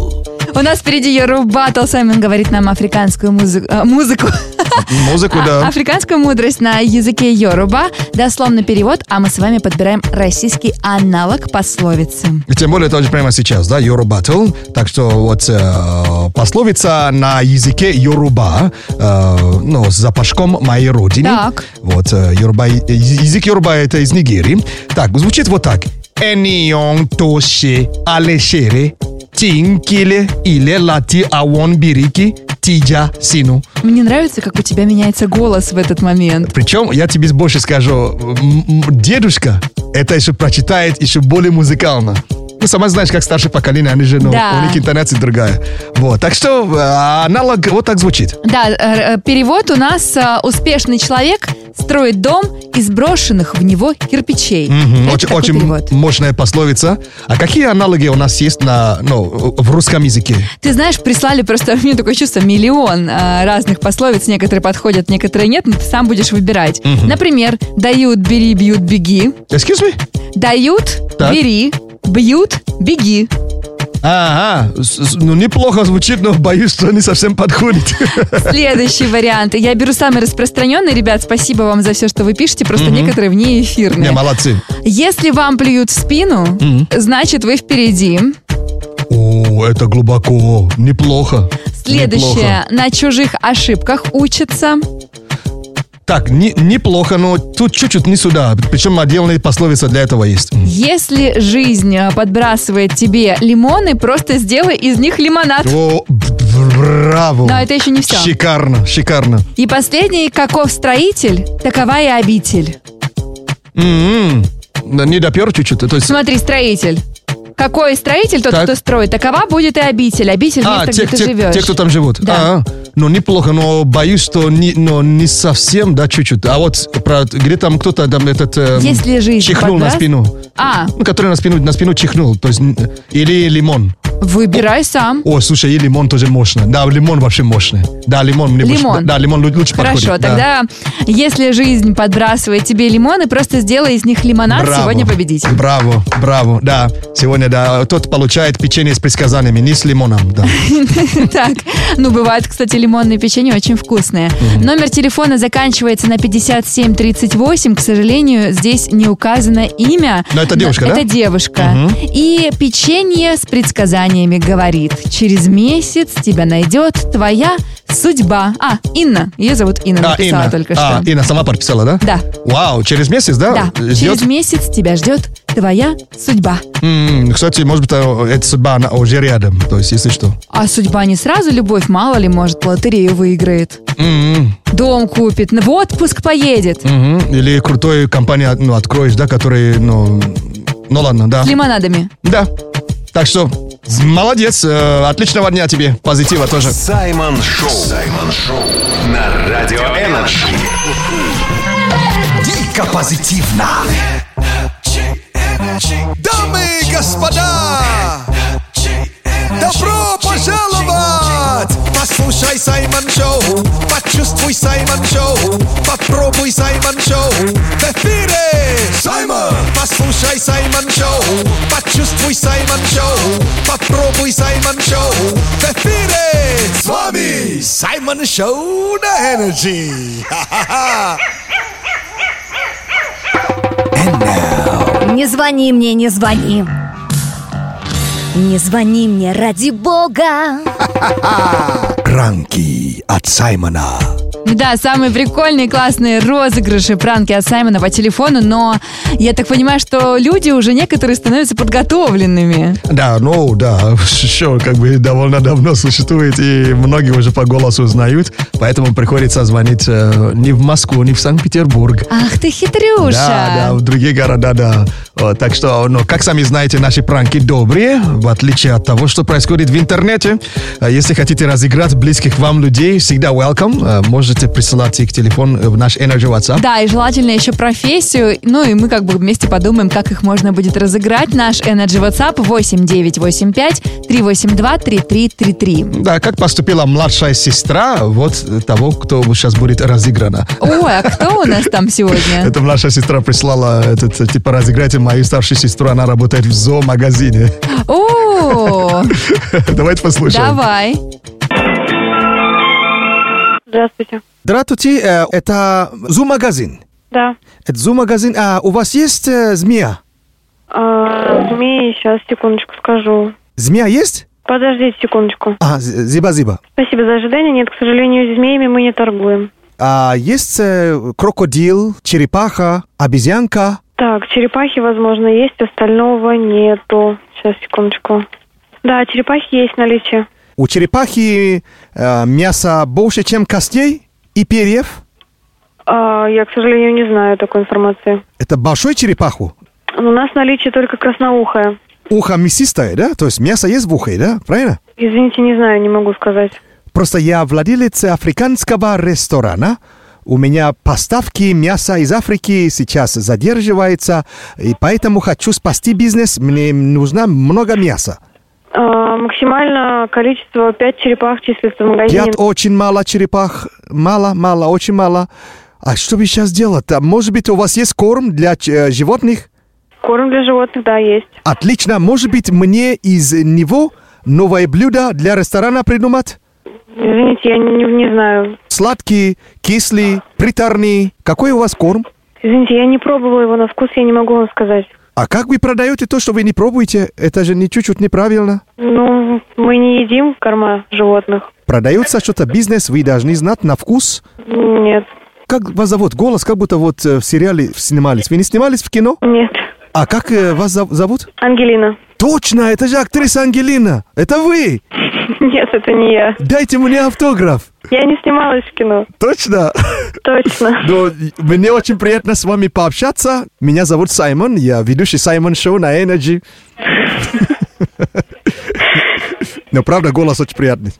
[SPEAKER 4] У нас впереди Йору Баттл. Саймон говорит нам африканскую музы- э, музыку.
[SPEAKER 3] А Музыку, да.
[SPEAKER 4] Африканскую мудрость на языке Йоруба. Дословный перевод, а мы с вами подбираем российский аналог пословицы.
[SPEAKER 3] И Тем более, это уже прямо сейчас, да, Yoruba Battle. Так что вот э, пословица на языке Yoruba, э, ну, с запашком моей родины.
[SPEAKER 4] Так.
[SPEAKER 3] Вот, э, Yoruba- э, язык Yoruba это из Нигерии. Так, звучит вот так. Энион тоше алешере тинкиле или лати авон бирики тиджа сину.
[SPEAKER 4] Мне нравится, как у тебя меняется голос в этот момент.
[SPEAKER 3] Причем, я тебе больше скажу, м- м- дедушка это еще прочитает еще более музыкально. Ну, сама знаешь, как старшее поколение, они же, ну,
[SPEAKER 4] Да.
[SPEAKER 3] у них интонация другая. Вот, так что э, аналог вот так звучит.
[SPEAKER 4] Да, э, э, перевод у нас э, «Успешный человек строит дом из брошенных в него кирпичей».
[SPEAKER 3] Мгм,
[SPEAKER 4] Это
[SPEAKER 3] Очень,
[SPEAKER 4] такой
[SPEAKER 3] очень
[SPEAKER 4] перевод.
[SPEAKER 3] мощная пословица. А какие аналоги у нас есть на, ну, в русском языке?
[SPEAKER 4] Ты знаешь, прислали просто, мне такое чувство, миллион э, разных пословиц. Некоторые подходят, некоторые нет, но ты сам будешь выбирать. Например, «дают, бери, бьют, беги».
[SPEAKER 3] Excuse me?
[SPEAKER 4] «Дают,
[SPEAKER 3] Так.
[SPEAKER 4] бери, бьют, беги».
[SPEAKER 3] Ага, с- с- ну, неплохо звучит, но боюсь, что не совсем подходит.
[SPEAKER 4] Следующий вариант. Я беру самый распространенный. Ребят, спасибо вам за все, что вы пишете. Просто некоторые вне
[SPEAKER 3] Не,
[SPEAKER 4] эфирные.
[SPEAKER 3] молодцы.
[SPEAKER 4] Если вам плюют в спину, значит вы впереди.
[SPEAKER 3] О, это глубоко, неплохо.
[SPEAKER 4] Следующее.
[SPEAKER 3] Неплохо.
[SPEAKER 4] На чужих ошибках учатся.
[SPEAKER 3] Так, не- неплохо, но тут чуть-чуть не сюда. Причем отдельные пословицы для этого есть.
[SPEAKER 4] Если жизнь э, подбрасывает тебе лимоны, просто сделай из них лимонад.
[SPEAKER 3] О, б- б- браво!
[SPEAKER 4] Но это еще не все.
[SPEAKER 3] Шикарно, шикарно.
[SPEAKER 4] И последний, каков строитель, такова и обитель.
[SPEAKER 3] М-м. Да Не допер чуть-чуть. То есть,
[SPEAKER 4] Смотри, строитель. Какой строитель, тот,
[SPEAKER 3] Так.
[SPEAKER 4] кто строит, такова будет и обитель. Обитель
[SPEAKER 3] а,
[SPEAKER 4] место,
[SPEAKER 3] те,
[SPEAKER 4] где ты
[SPEAKER 3] те-
[SPEAKER 4] живешь.
[SPEAKER 3] те, кто там живут.
[SPEAKER 4] Да.
[SPEAKER 3] А, ну, неплохо, но боюсь, что не, но не совсем, да, чуть-чуть. А вот про, где там кто-то там этот... эм,
[SPEAKER 4] Если жизнь
[SPEAKER 3] Чихнул
[SPEAKER 4] подбрас-
[SPEAKER 3] на спину.
[SPEAKER 4] А,
[SPEAKER 3] Ну, который на спину, на спину чихнул. То есть, н- или лимон.
[SPEAKER 4] выбирай сам.
[SPEAKER 3] О, слушай, и лимон тоже мощно. Да, лимон вообще мощный. Да, лимон мне больше-
[SPEAKER 4] Лимон.
[SPEAKER 3] да, лимон лу- лучше подходит.
[SPEAKER 4] Хорошо,
[SPEAKER 3] да.
[SPEAKER 4] тогда если жизнь подбрасывает тебе лимоны, просто сделай из них лимонад,
[SPEAKER 3] Браво.
[SPEAKER 4] сегодня победитель.
[SPEAKER 3] Браво, браво, да. Сегодня, да, тот получает печенье с предсказаниями, не с лимоном, да.
[SPEAKER 4] Так, ну бывают, кстати, лимонные печенье очень вкусные. Номер телефона заканчивается на 5738, к сожалению, здесь не указано имя.
[SPEAKER 3] Но это девушка, да?
[SPEAKER 4] Это девушка. И печенье с предсказаниями говорит, через месяц тебя найдет твоя судьба. А, Инна, ее зовут Инна,
[SPEAKER 3] А,
[SPEAKER 4] написала
[SPEAKER 3] Инна.
[SPEAKER 4] только
[SPEAKER 3] А,
[SPEAKER 4] что.
[SPEAKER 3] Инна сама подписала, да?
[SPEAKER 4] Да.
[SPEAKER 3] Вау, через месяц, да?
[SPEAKER 4] Да, через месяц тебя ждет твоя судьба.
[SPEAKER 3] М, Кстати, может быть, э, эта судьба, она уже рядом, то есть, если что.
[SPEAKER 4] А судьба не сразу, любовь, мало ли, может, лотерею выиграет.
[SPEAKER 3] М,
[SPEAKER 4] Дом купит, ну, в отпуск поедет.
[SPEAKER 3] м, м. Или крутой компанию ну, откроешь, да, который, ну, ну ладно, да.
[SPEAKER 4] С лимонадами.
[SPEAKER 3] Да. Так что, з- молодец, э, отличного дня тебе, позитива тоже.
[SPEAKER 5] Саймон Шоу. Саймон Шоу на Радио Энерджи.
[SPEAKER 2] Дико позитивно. Дамы и господа, добро пожаловать! Послушай Саймон Шоу, почувствуй Саймон Шоу, попробуй Саймон Шоу. В эфире Саймон! Послушай Саймон Шоу, почувствуй Саймон Шоу, попробуй Саймон Шоу. В эфире с вами Саймон Шоу на Энерджи. Ха-ха-ха!
[SPEAKER 11] Не звони мне, не звони. Не звони мне, ради бога.
[SPEAKER 2] Пранки от Саймона.
[SPEAKER 4] Да, самые прикольные, классные розыгрыши, пранки от Саймона по телефону, но я так понимаю, что люди уже некоторые становятся подготовленными.
[SPEAKER 3] Да, ну да, еще как бы довольно давно существует, и многие уже по голосу знают, поэтому приходится звонить э, не в Москву, не в Санкт-Петербург.
[SPEAKER 4] Ах ты хитрюша!
[SPEAKER 3] Да, да, в другие города, да. Вот, так что, ну, как сами знаете, наши пранки добрые, в отличие от того, что происходит в интернете. А Если хотите разыграть близких вам людей, всегда welcome. А Можете присылать их телефон в наш Energy WhatsApp.
[SPEAKER 4] Да, и желательно еще профессию. Ну и мы как бы вместе подумаем, как их можно будет разыграть. Наш Energy WhatsApp 8985 382 3333.
[SPEAKER 3] Да, как поступила младшая сестра вот того, кто сейчас будет разыграна.
[SPEAKER 4] Ой, а кто у нас там сегодня?
[SPEAKER 3] Это младшая сестра прислала, этот, э, типа, разыграйте мою старшую сестру, она работает в зоомагазине.
[SPEAKER 4] О,
[SPEAKER 3] Давайте послушаем.
[SPEAKER 4] давай.
[SPEAKER 12] Здравствуйте.
[SPEAKER 13] Здравствуйте, э, это зум-магазин.
[SPEAKER 12] Да.
[SPEAKER 13] Это зум-магазин. А у вас есть э, змея?
[SPEAKER 12] А, змеи, сейчас, секундочку скажу.
[SPEAKER 13] Змея есть?
[SPEAKER 12] Подождите секундочку.
[SPEAKER 13] А, з- зиба-зиба.
[SPEAKER 12] Спасибо за ожидание. Нет, к сожалению, змеями мы не торгуем.
[SPEAKER 13] А есть э, крокодил, черепаха, обезьянка?
[SPEAKER 12] Так, черепахи, А, возможно, есть, остального нету. Сейчас, секундочку. Да, черепахи есть в наличии.
[SPEAKER 13] У черепахи э, мяса больше, чем костей и перьев?
[SPEAKER 12] А, я, к сожалению, не знаю такой информации.
[SPEAKER 13] Это большой черепаху.
[SPEAKER 12] У нас в наличии только красноухая.
[SPEAKER 13] Ухо мясистое, да? То есть мясо есть в ухе, да? Правильно?
[SPEAKER 12] Извините, не знаю, не могу сказать.
[SPEAKER 13] Просто я владелец африканского ресторана. У меня поставки мяса из Африки сейчас задерживаются, и поэтому хочу спасти бизнес. Мне нужно много мяса.
[SPEAKER 12] А, максимально количество 5 черепах числится в магазине.
[SPEAKER 13] Я очень мало черепах, мало, мало, очень мало. А что вы сейчас делать-то? А Может быть, у вас есть корм для ч- э, животных?
[SPEAKER 12] Корм для животных, да, есть.
[SPEAKER 13] Отлично. Может быть, мне из него новое блюдо для ресторана придумать?
[SPEAKER 12] Извините, я не, не знаю.
[SPEAKER 13] Сладкий, кислый, приторный. Какой у вас корм?
[SPEAKER 12] Извините, я не пробовала его на вкус, я не могу вам сказать.
[SPEAKER 13] А как вы продаете то, что вы не пробуете? Это же не чуть-чуть неправильно.
[SPEAKER 12] Ну, мы не едим корма животных.
[SPEAKER 13] Продается что-то бизнес, вы должны знать на вкус.
[SPEAKER 12] Нет.
[SPEAKER 13] Как вас зовут? Голос как будто вот э, в сериале снимались. Вы не снимались в кино?
[SPEAKER 12] Нет.
[SPEAKER 13] А как э, вас зов- зовут?
[SPEAKER 12] Ангелина.
[SPEAKER 13] Точно, это же актриса Ангелина. Это вы?
[SPEAKER 12] Нет, это не я.
[SPEAKER 13] Дайте мне автограф.
[SPEAKER 12] Я не снималась в кино.
[SPEAKER 13] Точно?
[SPEAKER 12] Точно.
[SPEAKER 13] Но мне очень приятно с вами пообщаться. Меня зовут Саймон, я ведущий Саймон Шоу на Energy. Но правда, голос очень приятный.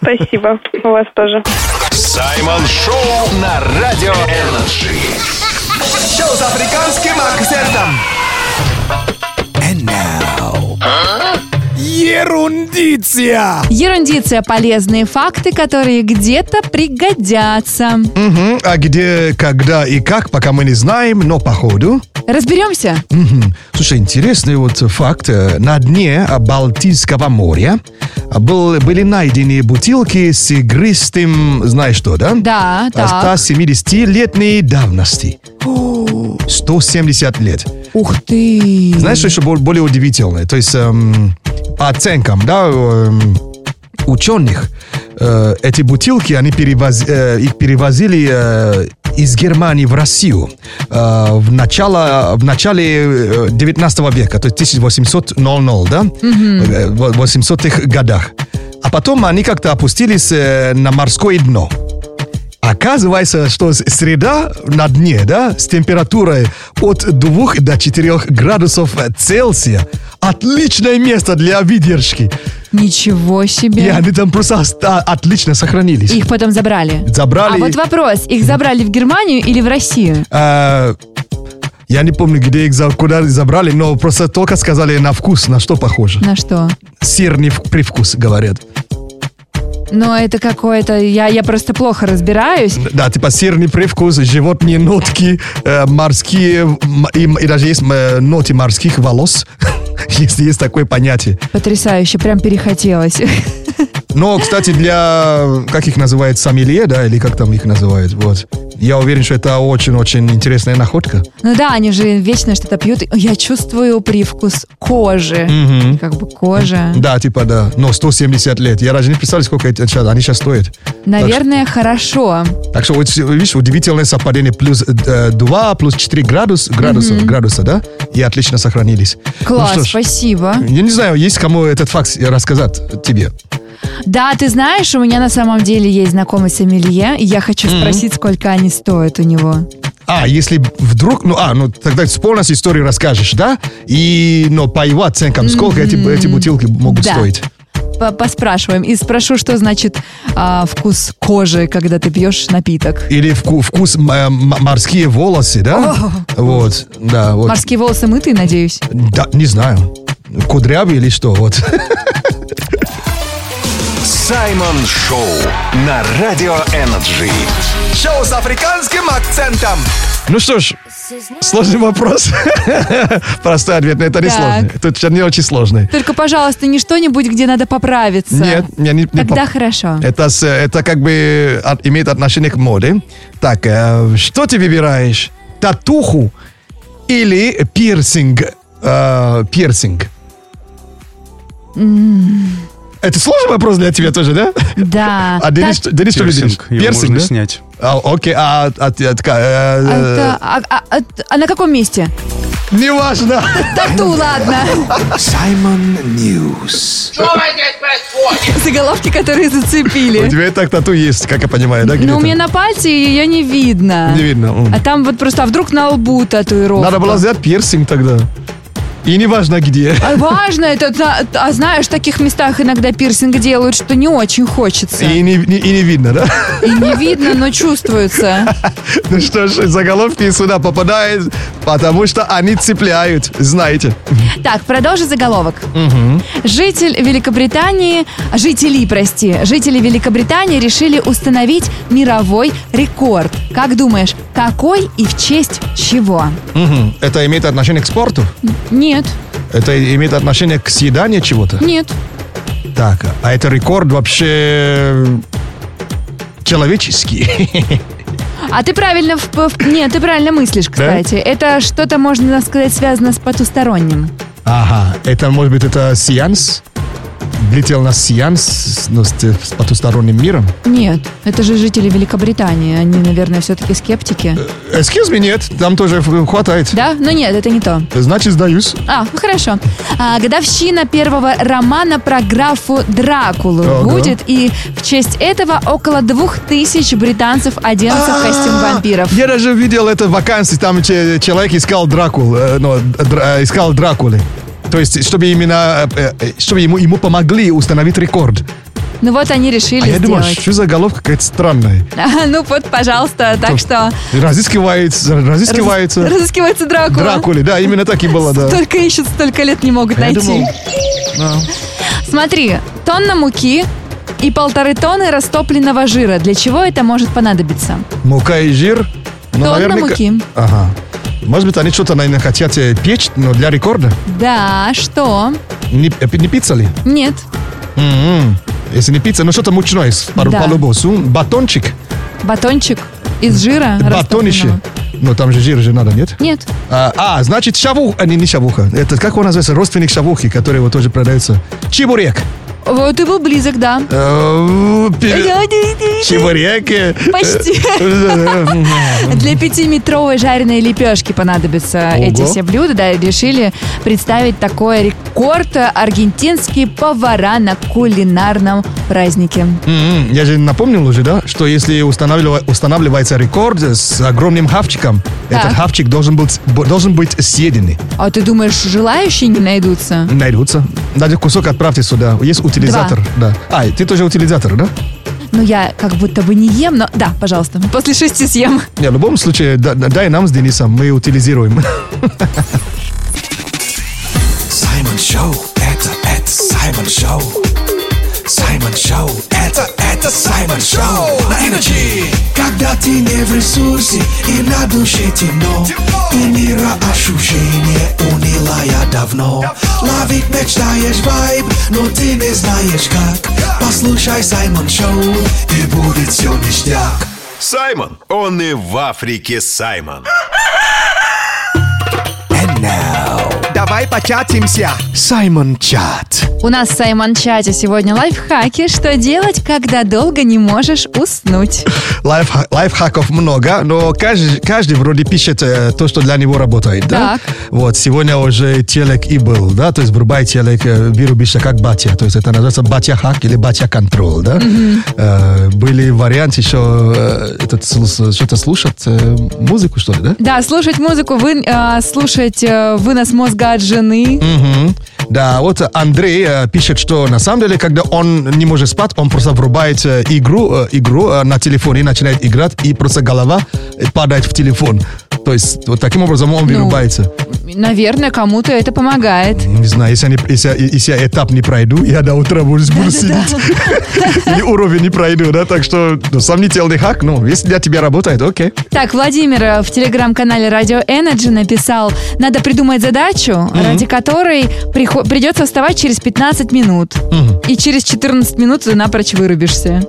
[SPEAKER 12] Спасибо. У вас тоже.
[SPEAKER 5] Саймон Шоу на Радио Энерджи.
[SPEAKER 2] Шоу с африканским акцентом.
[SPEAKER 13] Ерундиция!
[SPEAKER 4] Ерундиция – полезные факты, которые где-то пригодятся.
[SPEAKER 3] Мгм. А где, когда и как, пока мы не знаем, но походу.
[SPEAKER 4] Разберемся.
[SPEAKER 3] Мгм. Слушай, интересный вот факт. Э, На дне а, Балтийского моря а, был, были найдены бутылки с игристым, знаешь что, да?
[SPEAKER 4] Да,
[SPEAKER 3] А
[SPEAKER 4] так.
[SPEAKER 3] 170-летней давности. 170 лет.
[SPEAKER 4] Ух ты!
[SPEAKER 3] Знаешь, что еще бол- более удивительное? То есть, эм, по оценкам, да, эм, ученых, э, эти бутылки, они перевоз- э, их перевозили э, из Германии в Россию э, в, начало, в начале э, 19 века, то есть 1800, да, Э, в 800-х годах. А потом они как-то опустились э, на морское дно. Оказывается, что с- среда на дне, да, с температурой от 2 до 4 градусов Цельсия, отличное место для выдержки.
[SPEAKER 4] Ничего себе.
[SPEAKER 3] И они там просто оста- отлично сохранились.
[SPEAKER 4] Их потом забрали.
[SPEAKER 3] Забрали.
[SPEAKER 4] А вот вопрос, их забрали в Германию или в Россию?
[SPEAKER 3] Э, я не помню, где их за- куда забрали, но просто только сказали на вкус, на что похоже.
[SPEAKER 4] На что?
[SPEAKER 3] Сырный в- привкус, говорят.
[SPEAKER 4] Но это какое-то... Я, я просто плохо разбираюсь.
[SPEAKER 3] Да, типа сырный привкус, животные нотки, э, морские, м- и, и даже есть э, ноты морских волос, если есть такое понятие.
[SPEAKER 4] Потрясающе, прям перехотелось.
[SPEAKER 3] Но, кстати, для, как их называют, сомелье, да, или как там их называют, вот. Я уверен, что это очень-очень интересная находка.
[SPEAKER 4] Ну да, они же вечно что-то пьют. Я чувствую привкус кожи.
[SPEAKER 3] Мгм.
[SPEAKER 4] Как бы кожа.
[SPEAKER 3] Да, типа, да. Но 170 лет. Я даже не представляю, сколько это сейчас, они сейчас стоят.
[SPEAKER 4] Наверное, хорошо.
[SPEAKER 3] Так что, вот, видишь, удивительное совпадение. Плюс 2, плюс 4 градус, градуса,
[SPEAKER 4] Мгм.
[SPEAKER 3] градуса, да? И отлично сохранились. Ну
[SPEAKER 4] Класс,
[SPEAKER 3] что ж,
[SPEAKER 4] спасибо.
[SPEAKER 3] Я не знаю, есть кому этот факт рассказать тебе.
[SPEAKER 4] Да, ты знаешь, у меня на самом деле есть знакомый сомелье, и я хочу
[SPEAKER 3] Мгм.
[SPEAKER 4] спросить, сколько они стоят у него.
[SPEAKER 3] А, если вдруг, ну, а, ну, тогда с полностью историю расскажешь, да? И, но по его оценкам, сколько эти, эти бутылки могут
[SPEAKER 4] Да.
[SPEAKER 3] стоить?
[SPEAKER 4] По- Поспрашиваем и спрошу, что значит а, вкус кожи, когда ты пьешь напиток.
[SPEAKER 3] Или вку- вкус м- э, м- морские волосы, да? Вот, да, вот.
[SPEAKER 4] Морские волосы мытые, надеюсь.
[SPEAKER 3] Да, не знаю. Кудрявый или что, вот.
[SPEAKER 5] Саймон Шоу на Радио Энерджи.
[SPEAKER 2] Шоу с африканским акцентом.
[SPEAKER 3] Ну что ж, сложный вопрос. Простой ответ на это не
[SPEAKER 4] Так.
[SPEAKER 3] сложный. Тут сейчас не очень сложный.
[SPEAKER 4] Только, пожалуйста, не что-нибудь, где надо поправиться.
[SPEAKER 3] Нет, я не... не
[SPEAKER 4] Тогда
[SPEAKER 3] поп-
[SPEAKER 4] хорошо.
[SPEAKER 3] Это, с- это как бы от- имеет отношение к моде. Так, э, что ты выбираешь? Татуху или пирсинг? Э, пирсинг.
[SPEAKER 4] М,
[SPEAKER 3] Это сложный вопрос для тебя тоже, да?
[SPEAKER 4] Да.
[SPEAKER 3] А Денис,
[SPEAKER 4] Так,
[SPEAKER 3] Денис что
[SPEAKER 10] Пирсинг.
[SPEAKER 3] любишь?
[SPEAKER 10] Его можно
[SPEAKER 3] да?
[SPEAKER 10] снять.
[SPEAKER 3] А, окей, а, а ты- а ты ка- э,
[SPEAKER 4] а
[SPEAKER 3] э,
[SPEAKER 4] это- а- а- а- а на каком месте?
[SPEAKER 3] Неважно.
[SPEAKER 4] Тату, ну ладно.
[SPEAKER 2] Саймон Ньюс.
[SPEAKER 4] Заголовки, которые
[SPEAKER 3] У
[SPEAKER 4] зацепили.
[SPEAKER 3] тебя и так тату есть, как я понимаю, да?
[SPEAKER 4] Но
[SPEAKER 3] где-то?
[SPEAKER 4] Ну, у меня на пальце ее не видно.
[SPEAKER 3] Не видно. м.
[SPEAKER 4] А там вот просто а вдруг на лбу татуировка.
[SPEAKER 3] Надо было взять пирсинг тогда. И неважно где.
[SPEAKER 4] А важно это, да, а знаешь, в таких местах иногда пирсинг делают, что не очень хочется.
[SPEAKER 3] И не, не- и не видно, да?
[SPEAKER 4] И не видно, но чувствуется.
[SPEAKER 3] Ну что ж, заголовки сюда попадают, потому что они цепляют, знаете.
[SPEAKER 4] Так, продолжи заголовок.
[SPEAKER 3] Мгм.
[SPEAKER 4] Житель Великобритании, жители, прости, жители Великобритании решили установить мировой рекорд. Как думаешь, какой и в честь чего?
[SPEAKER 3] Мгм. Это имеет отношение к спорту?
[SPEAKER 4] Нет,
[SPEAKER 3] Это имеет отношение к съеданию чего-то?
[SPEAKER 4] нет.
[SPEAKER 3] Так, а это рекорд вообще человеческий.
[SPEAKER 4] А ты правильно, в, в- нет, ты правильно мыслишь, кстати. Это что-то, можно сказать, связано с потусторонним.
[SPEAKER 3] Ага, это может быть это сеанс? влетел на Сиян с, ну, с, э, с потусторонним миром?
[SPEAKER 4] Нет, это же жители Великобритании. Они, наверное, все-таки скептики.
[SPEAKER 3] Excuse me, нет, там тоже э, хватает.
[SPEAKER 4] Да? Но нет, это не то.
[SPEAKER 3] Значит, сдаюсь.
[SPEAKER 4] А, ну хорошо. А, годовщина первого романа про графу Дракулу
[SPEAKER 3] Ага.
[SPEAKER 4] будет, и в честь этого около двух тысяч британцев оденутся в костюм вампиров.
[SPEAKER 3] Я даже видел это в вакансии, там че- человек искал Дракул, э, ну, дра- э, искал Дракулы. То есть, чтобы именно, э, э, чтобы ему, ему помогли установить рекорд.
[SPEAKER 4] Ну вот они решили
[SPEAKER 3] а я думал,
[SPEAKER 4] сделать.
[SPEAKER 3] что заголовка какая-то странная.
[SPEAKER 4] А, ну вот, пожалуйста, так что...
[SPEAKER 3] Разыскивается, разыскивается.
[SPEAKER 4] Раз- разыскивается Дракула.
[SPEAKER 3] Дракулы, да, именно так и было, да.
[SPEAKER 4] Только ищут, столько лет не могут
[SPEAKER 3] А я
[SPEAKER 4] найти.
[SPEAKER 3] думал, да.
[SPEAKER 4] Смотри, тонна муки и полторы тонны растопленного жира. Для чего это может понадобиться?
[SPEAKER 3] Мука и жир. Ну,
[SPEAKER 4] Тонна
[SPEAKER 3] наверняка-
[SPEAKER 4] муки.
[SPEAKER 3] Ага. Может быть, они что-то, наверное, хотят э, печь, но для рекорда.
[SPEAKER 4] Да, что?
[SPEAKER 3] Не, э, не пицца ли?
[SPEAKER 4] Нет.
[SPEAKER 3] М-м. Если не пицца, ну что-то мучное, с пару
[SPEAKER 4] Да.
[SPEAKER 3] полубосу, батончик,
[SPEAKER 4] Батончик из жира.
[SPEAKER 3] батонище. Ну там же жир же надо, нет?
[SPEAKER 4] Нет.
[SPEAKER 3] А, а, значит, шавуха, а, не, не шавуха, это как он называется, родственник шавухи, который вот тоже продается. Чебурек.
[SPEAKER 4] Вот ты был близок, да.
[SPEAKER 3] Э, пе-
[SPEAKER 4] Я не- не-
[SPEAKER 3] Чебурек. э,
[SPEAKER 4] Почти.
[SPEAKER 3] э,
[SPEAKER 4] Для пятиметровой жареной лепешки понадобятся
[SPEAKER 3] Ого.
[SPEAKER 4] эти все блюда. Да, и решили представить такой рекорд аргентинские повара на кулинарном празднике.
[SPEAKER 3] М-м, Я же напомнил уже, да, что если устанавлива- устанавливается рекорд с огромным хавчиком,
[SPEAKER 4] Так.
[SPEAKER 3] этот хавчик должен быть, должен быть съеденный.
[SPEAKER 4] А ты думаешь, желающие не найдутся?
[SPEAKER 3] Найдутся. Даже кусок отправьте сюда. Есть утилизатор. Да. А, ты тоже утилизатор, да?
[SPEAKER 4] Ну, я как будто бы не ем, но... Да, пожалуйста, после шести съем.
[SPEAKER 3] Не, в любом случае, да- да- дай нам с Денисом, мы утилизируем.
[SPEAKER 2] Саймон Шоу, это, это Саймон Шоу. Саймон Шоу, это, это Саймон Шоу. На Энерджи.
[SPEAKER 1] Когда ты не в ресурсе и на душе темно У мира ощущение унылое давно Ловить мечтаешь вайб, но ты не знаешь как Послушай Саймон Шоу и будет все ништяк
[SPEAKER 5] Саймон, он и в Африке Саймон.
[SPEAKER 2] Давай початимся.
[SPEAKER 13] Саймон Чат.
[SPEAKER 4] У нас в Саймон-чате сегодня лайфхаки. Что делать, когда долго не можешь уснуть?
[SPEAKER 3] Лайфха- лайфхаков много, но каждый, каждый вроде пишет э, то, что для него работает, да?
[SPEAKER 4] Так.
[SPEAKER 3] Вот, сегодня уже телек и был, да? То есть врубай телек, э, вырубишься как батя. То есть это называется батя-хак или батя-контрол, да? Э, Были варианты еще э, этот, слу- с- что-то слушать, э, музыку, что ли, да?
[SPEAKER 4] Да, слушать музыку, вы, э, слушать э, вынос мозга от жены.
[SPEAKER 3] Мгм. Да, вот Андрей э, пишет, что на самом деле, когда он не может спать, он просто врубает э, игру, э, игру э, на телефоне и начинает играть, и просто голова э, падает в телефон. То есть вот таким образом он вырубается. Ну,
[SPEAKER 4] Наверное, кому-то это помогает.
[SPEAKER 3] Не знаю, если, я не- если я- если я этап не пройду, я до утра буду, буду сидеть. Или уровень не пройду, да? Так что ну, сомнительный хак, ну, если для тебя работает, окей.
[SPEAKER 4] Так, Владимир э, в телеграм-канале Радио Energy написал, надо придумать задачу, ради которой прихо- придется вставать через 15 минут. И через 14 минут ты напрочь вырубишься.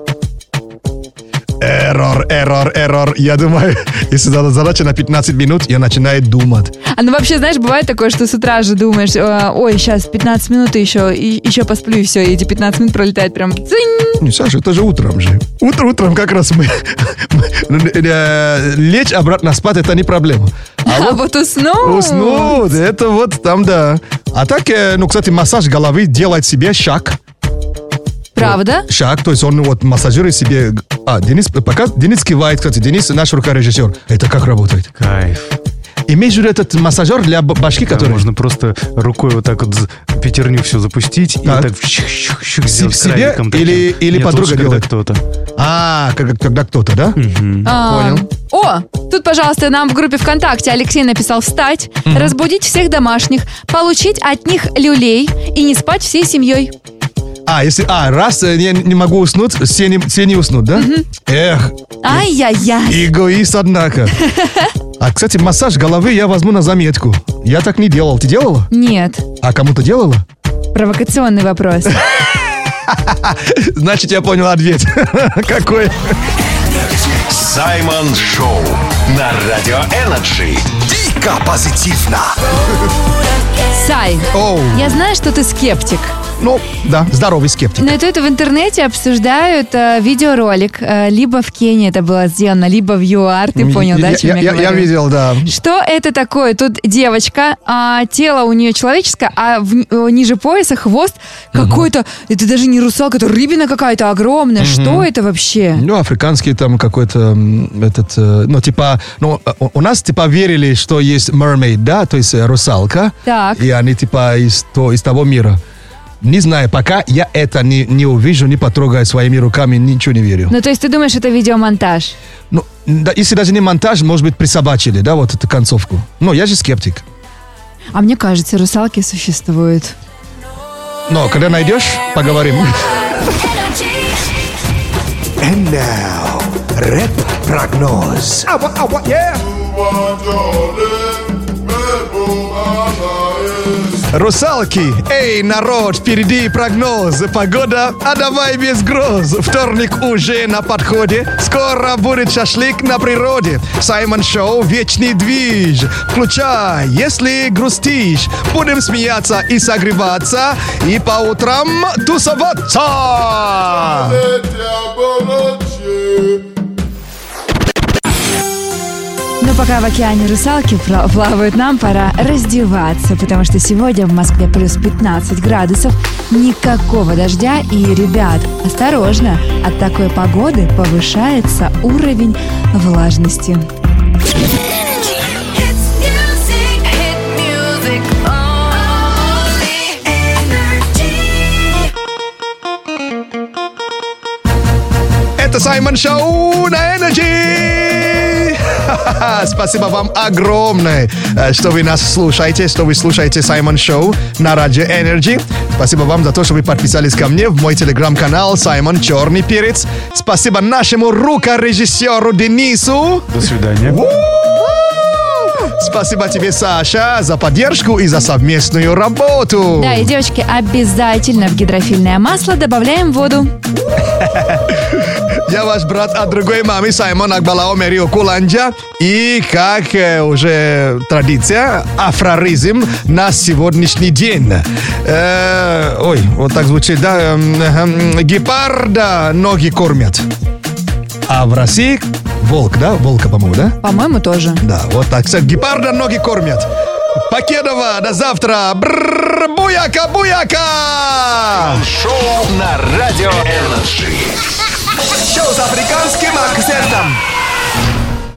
[SPEAKER 3] Эррор, эррор, эррор. Я думаю, если зада- задача на 15 минут, я начинаю думать.
[SPEAKER 4] А ну вообще, знаешь, бывает такое, что с утра же думаешь, э, ой, сейчас 15 минут и еще, и еще посплю, и все, и эти 15 минут пролетают прям цинь.
[SPEAKER 3] Не, Саша, это же утром же. Утро утром как раз мы... мы, ну, э, Лечь обратно спать, это не проблема.
[SPEAKER 4] А, вот уснул.
[SPEAKER 3] Уснуть, это вот там, да. А так, э, ну, кстати, массаж головы делает себе шаг.
[SPEAKER 4] Правда?
[SPEAKER 3] Шаг, то есть он ну, вот массажирует себе... г- А, Денис, э, пока Денис кивает, кстати, Денис наш рукорежиссер. Это как работает?
[SPEAKER 10] Кайф.
[SPEAKER 3] Имеешь в виду этот массажер для б- башки,
[SPEAKER 10] Да,
[SPEAKER 3] который...
[SPEAKER 10] можно просто рукой вот так вот з- пятерню все запустить и так щух-щух-щух сделать
[SPEAKER 3] себе
[SPEAKER 10] краником таким.
[SPEAKER 3] или- или
[SPEAKER 10] Нет,
[SPEAKER 3] подруга
[SPEAKER 10] лучше, когда
[SPEAKER 3] делает?
[SPEAKER 10] кто-то.
[SPEAKER 3] А, как- когда кто-то, да?
[SPEAKER 4] А,
[SPEAKER 3] Понял.
[SPEAKER 4] О, тут, пожалуйста, нам в группе ВКонтакте Алексей написал «Встать,
[SPEAKER 3] Мгм.
[SPEAKER 4] разбудить всех домашних, получить от них люлей и не спать всей семьей».
[SPEAKER 3] А, если... А, раз э, я не могу уснуть, все не, все не уснут, да? Эх,
[SPEAKER 4] Ай-яй-яй.
[SPEAKER 3] Эгоист, однако. А, кстати, массаж головы я возьму на заметку. Я так не делал. Ты делала?
[SPEAKER 4] Нет,
[SPEAKER 3] А кому-то делала?
[SPEAKER 4] провокационный вопрос.
[SPEAKER 3] Значит, я понял ответ. Какой?
[SPEAKER 5] Саймон Шоу на Радио Энерджи.
[SPEAKER 2] Дико позитивно.
[SPEAKER 4] Сай,
[SPEAKER 3] Оу.
[SPEAKER 4] я знаю, что ты скептик.
[SPEAKER 3] Ну, да, здоровый скептик.
[SPEAKER 4] Но это, это в интернете обсуждают э, видеоролик. Э, либо в Кении это было сделано, либо в ЮАР. Ты понял, да, о
[SPEAKER 3] я,
[SPEAKER 4] чем
[SPEAKER 3] я-
[SPEAKER 4] я,
[SPEAKER 3] я
[SPEAKER 4] говорю?
[SPEAKER 3] видел, да.
[SPEAKER 4] Что это такое? Тут девочка, а, тело у нее человеческое, а в ни- э, ниже пояса хвост какой-то, это даже не русалка, это рыбина какая-то огромная.
[SPEAKER 3] Мгм.
[SPEAKER 4] Что это вообще?
[SPEAKER 3] Ну, африканский там какой-то м, этот, э, ну, типа, ну, э, у у нас, типа, верили, что есть mermaid, да, то есть э, русалка.
[SPEAKER 4] Так.
[SPEAKER 3] И они, типа, из, то, из того мира. Не знаю, пока я это не, не увижу, не потрогаю своими руками, ничего не верю.
[SPEAKER 4] Ну, то есть ты думаешь, это видеомонтаж?
[SPEAKER 3] Ну, да, если даже не монтаж, может быть, присобачили, да, вот эту концовку. Но я же скептик.
[SPEAKER 4] А мне кажется, русалки существуют.
[SPEAKER 3] Но когда найдешь, поговорим.
[SPEAKER 2] And now, рэп-прогноз.
[SPEAKER 3] Русалки, эй, народ, впереди прогноз, погода, а давай без гроз. Вторник уже на подходе, скоро будет шашлык на природе. Саймон Шоу, вечный движ, включай, если грустишь. Будем смеяться и согреваться, и по утрам тусоваться.
[SPEAKER 4] Но Ну, пока в океане русалки пла- плавают, нам пора раздеваться, потому что сегодня в Москве плюс 15 градусов, никакого дождя и, ребят, осторожно, от такой погоды повышается уровень влажности.
[SPEAKER 3] Это Саймон Шоу на Energy. Ха-ха-ха. Спасибо вам огромное, э, что вы нас слушаете, что вы слушаете Саймон Шоу на радио Energy. Спасибо вам за то, что вы подписались ко мне в мой телеграм-канал Саймон Черный Перец. Спасибо нашему рукорежиссеру Денису.
[SPEAKER 10] До свидания.
[SPEAKER 3] Спасибо тебе, Саша, за поддержку и за совместную работу.
[SPEAKER 4] Да, и, девочки, обязательно в гидрофильное масло добавляем воду.
[SPEAKER 3] Я ваш брат от другой мамы Саймон Акбалао Мерио Куланджа. И как э, уже традиция, афроризм на сегодняшний день. Э, ой, вот так звучит, да? эм, эм, гепарда ноги кормят. А в России волк, да? Волка, по-моему, да?
[SPEAKER 4] По-моему, тоже.
[SPEAKER 3] Да, вот так. Всё, Гепарда ноги кормят. Покедова, до завтра. Бррр, буяка, буяка!
[SPEAKER 5] Шоу на радио Energy.
[SPEAKER 2] Шоу с африканским акцентом.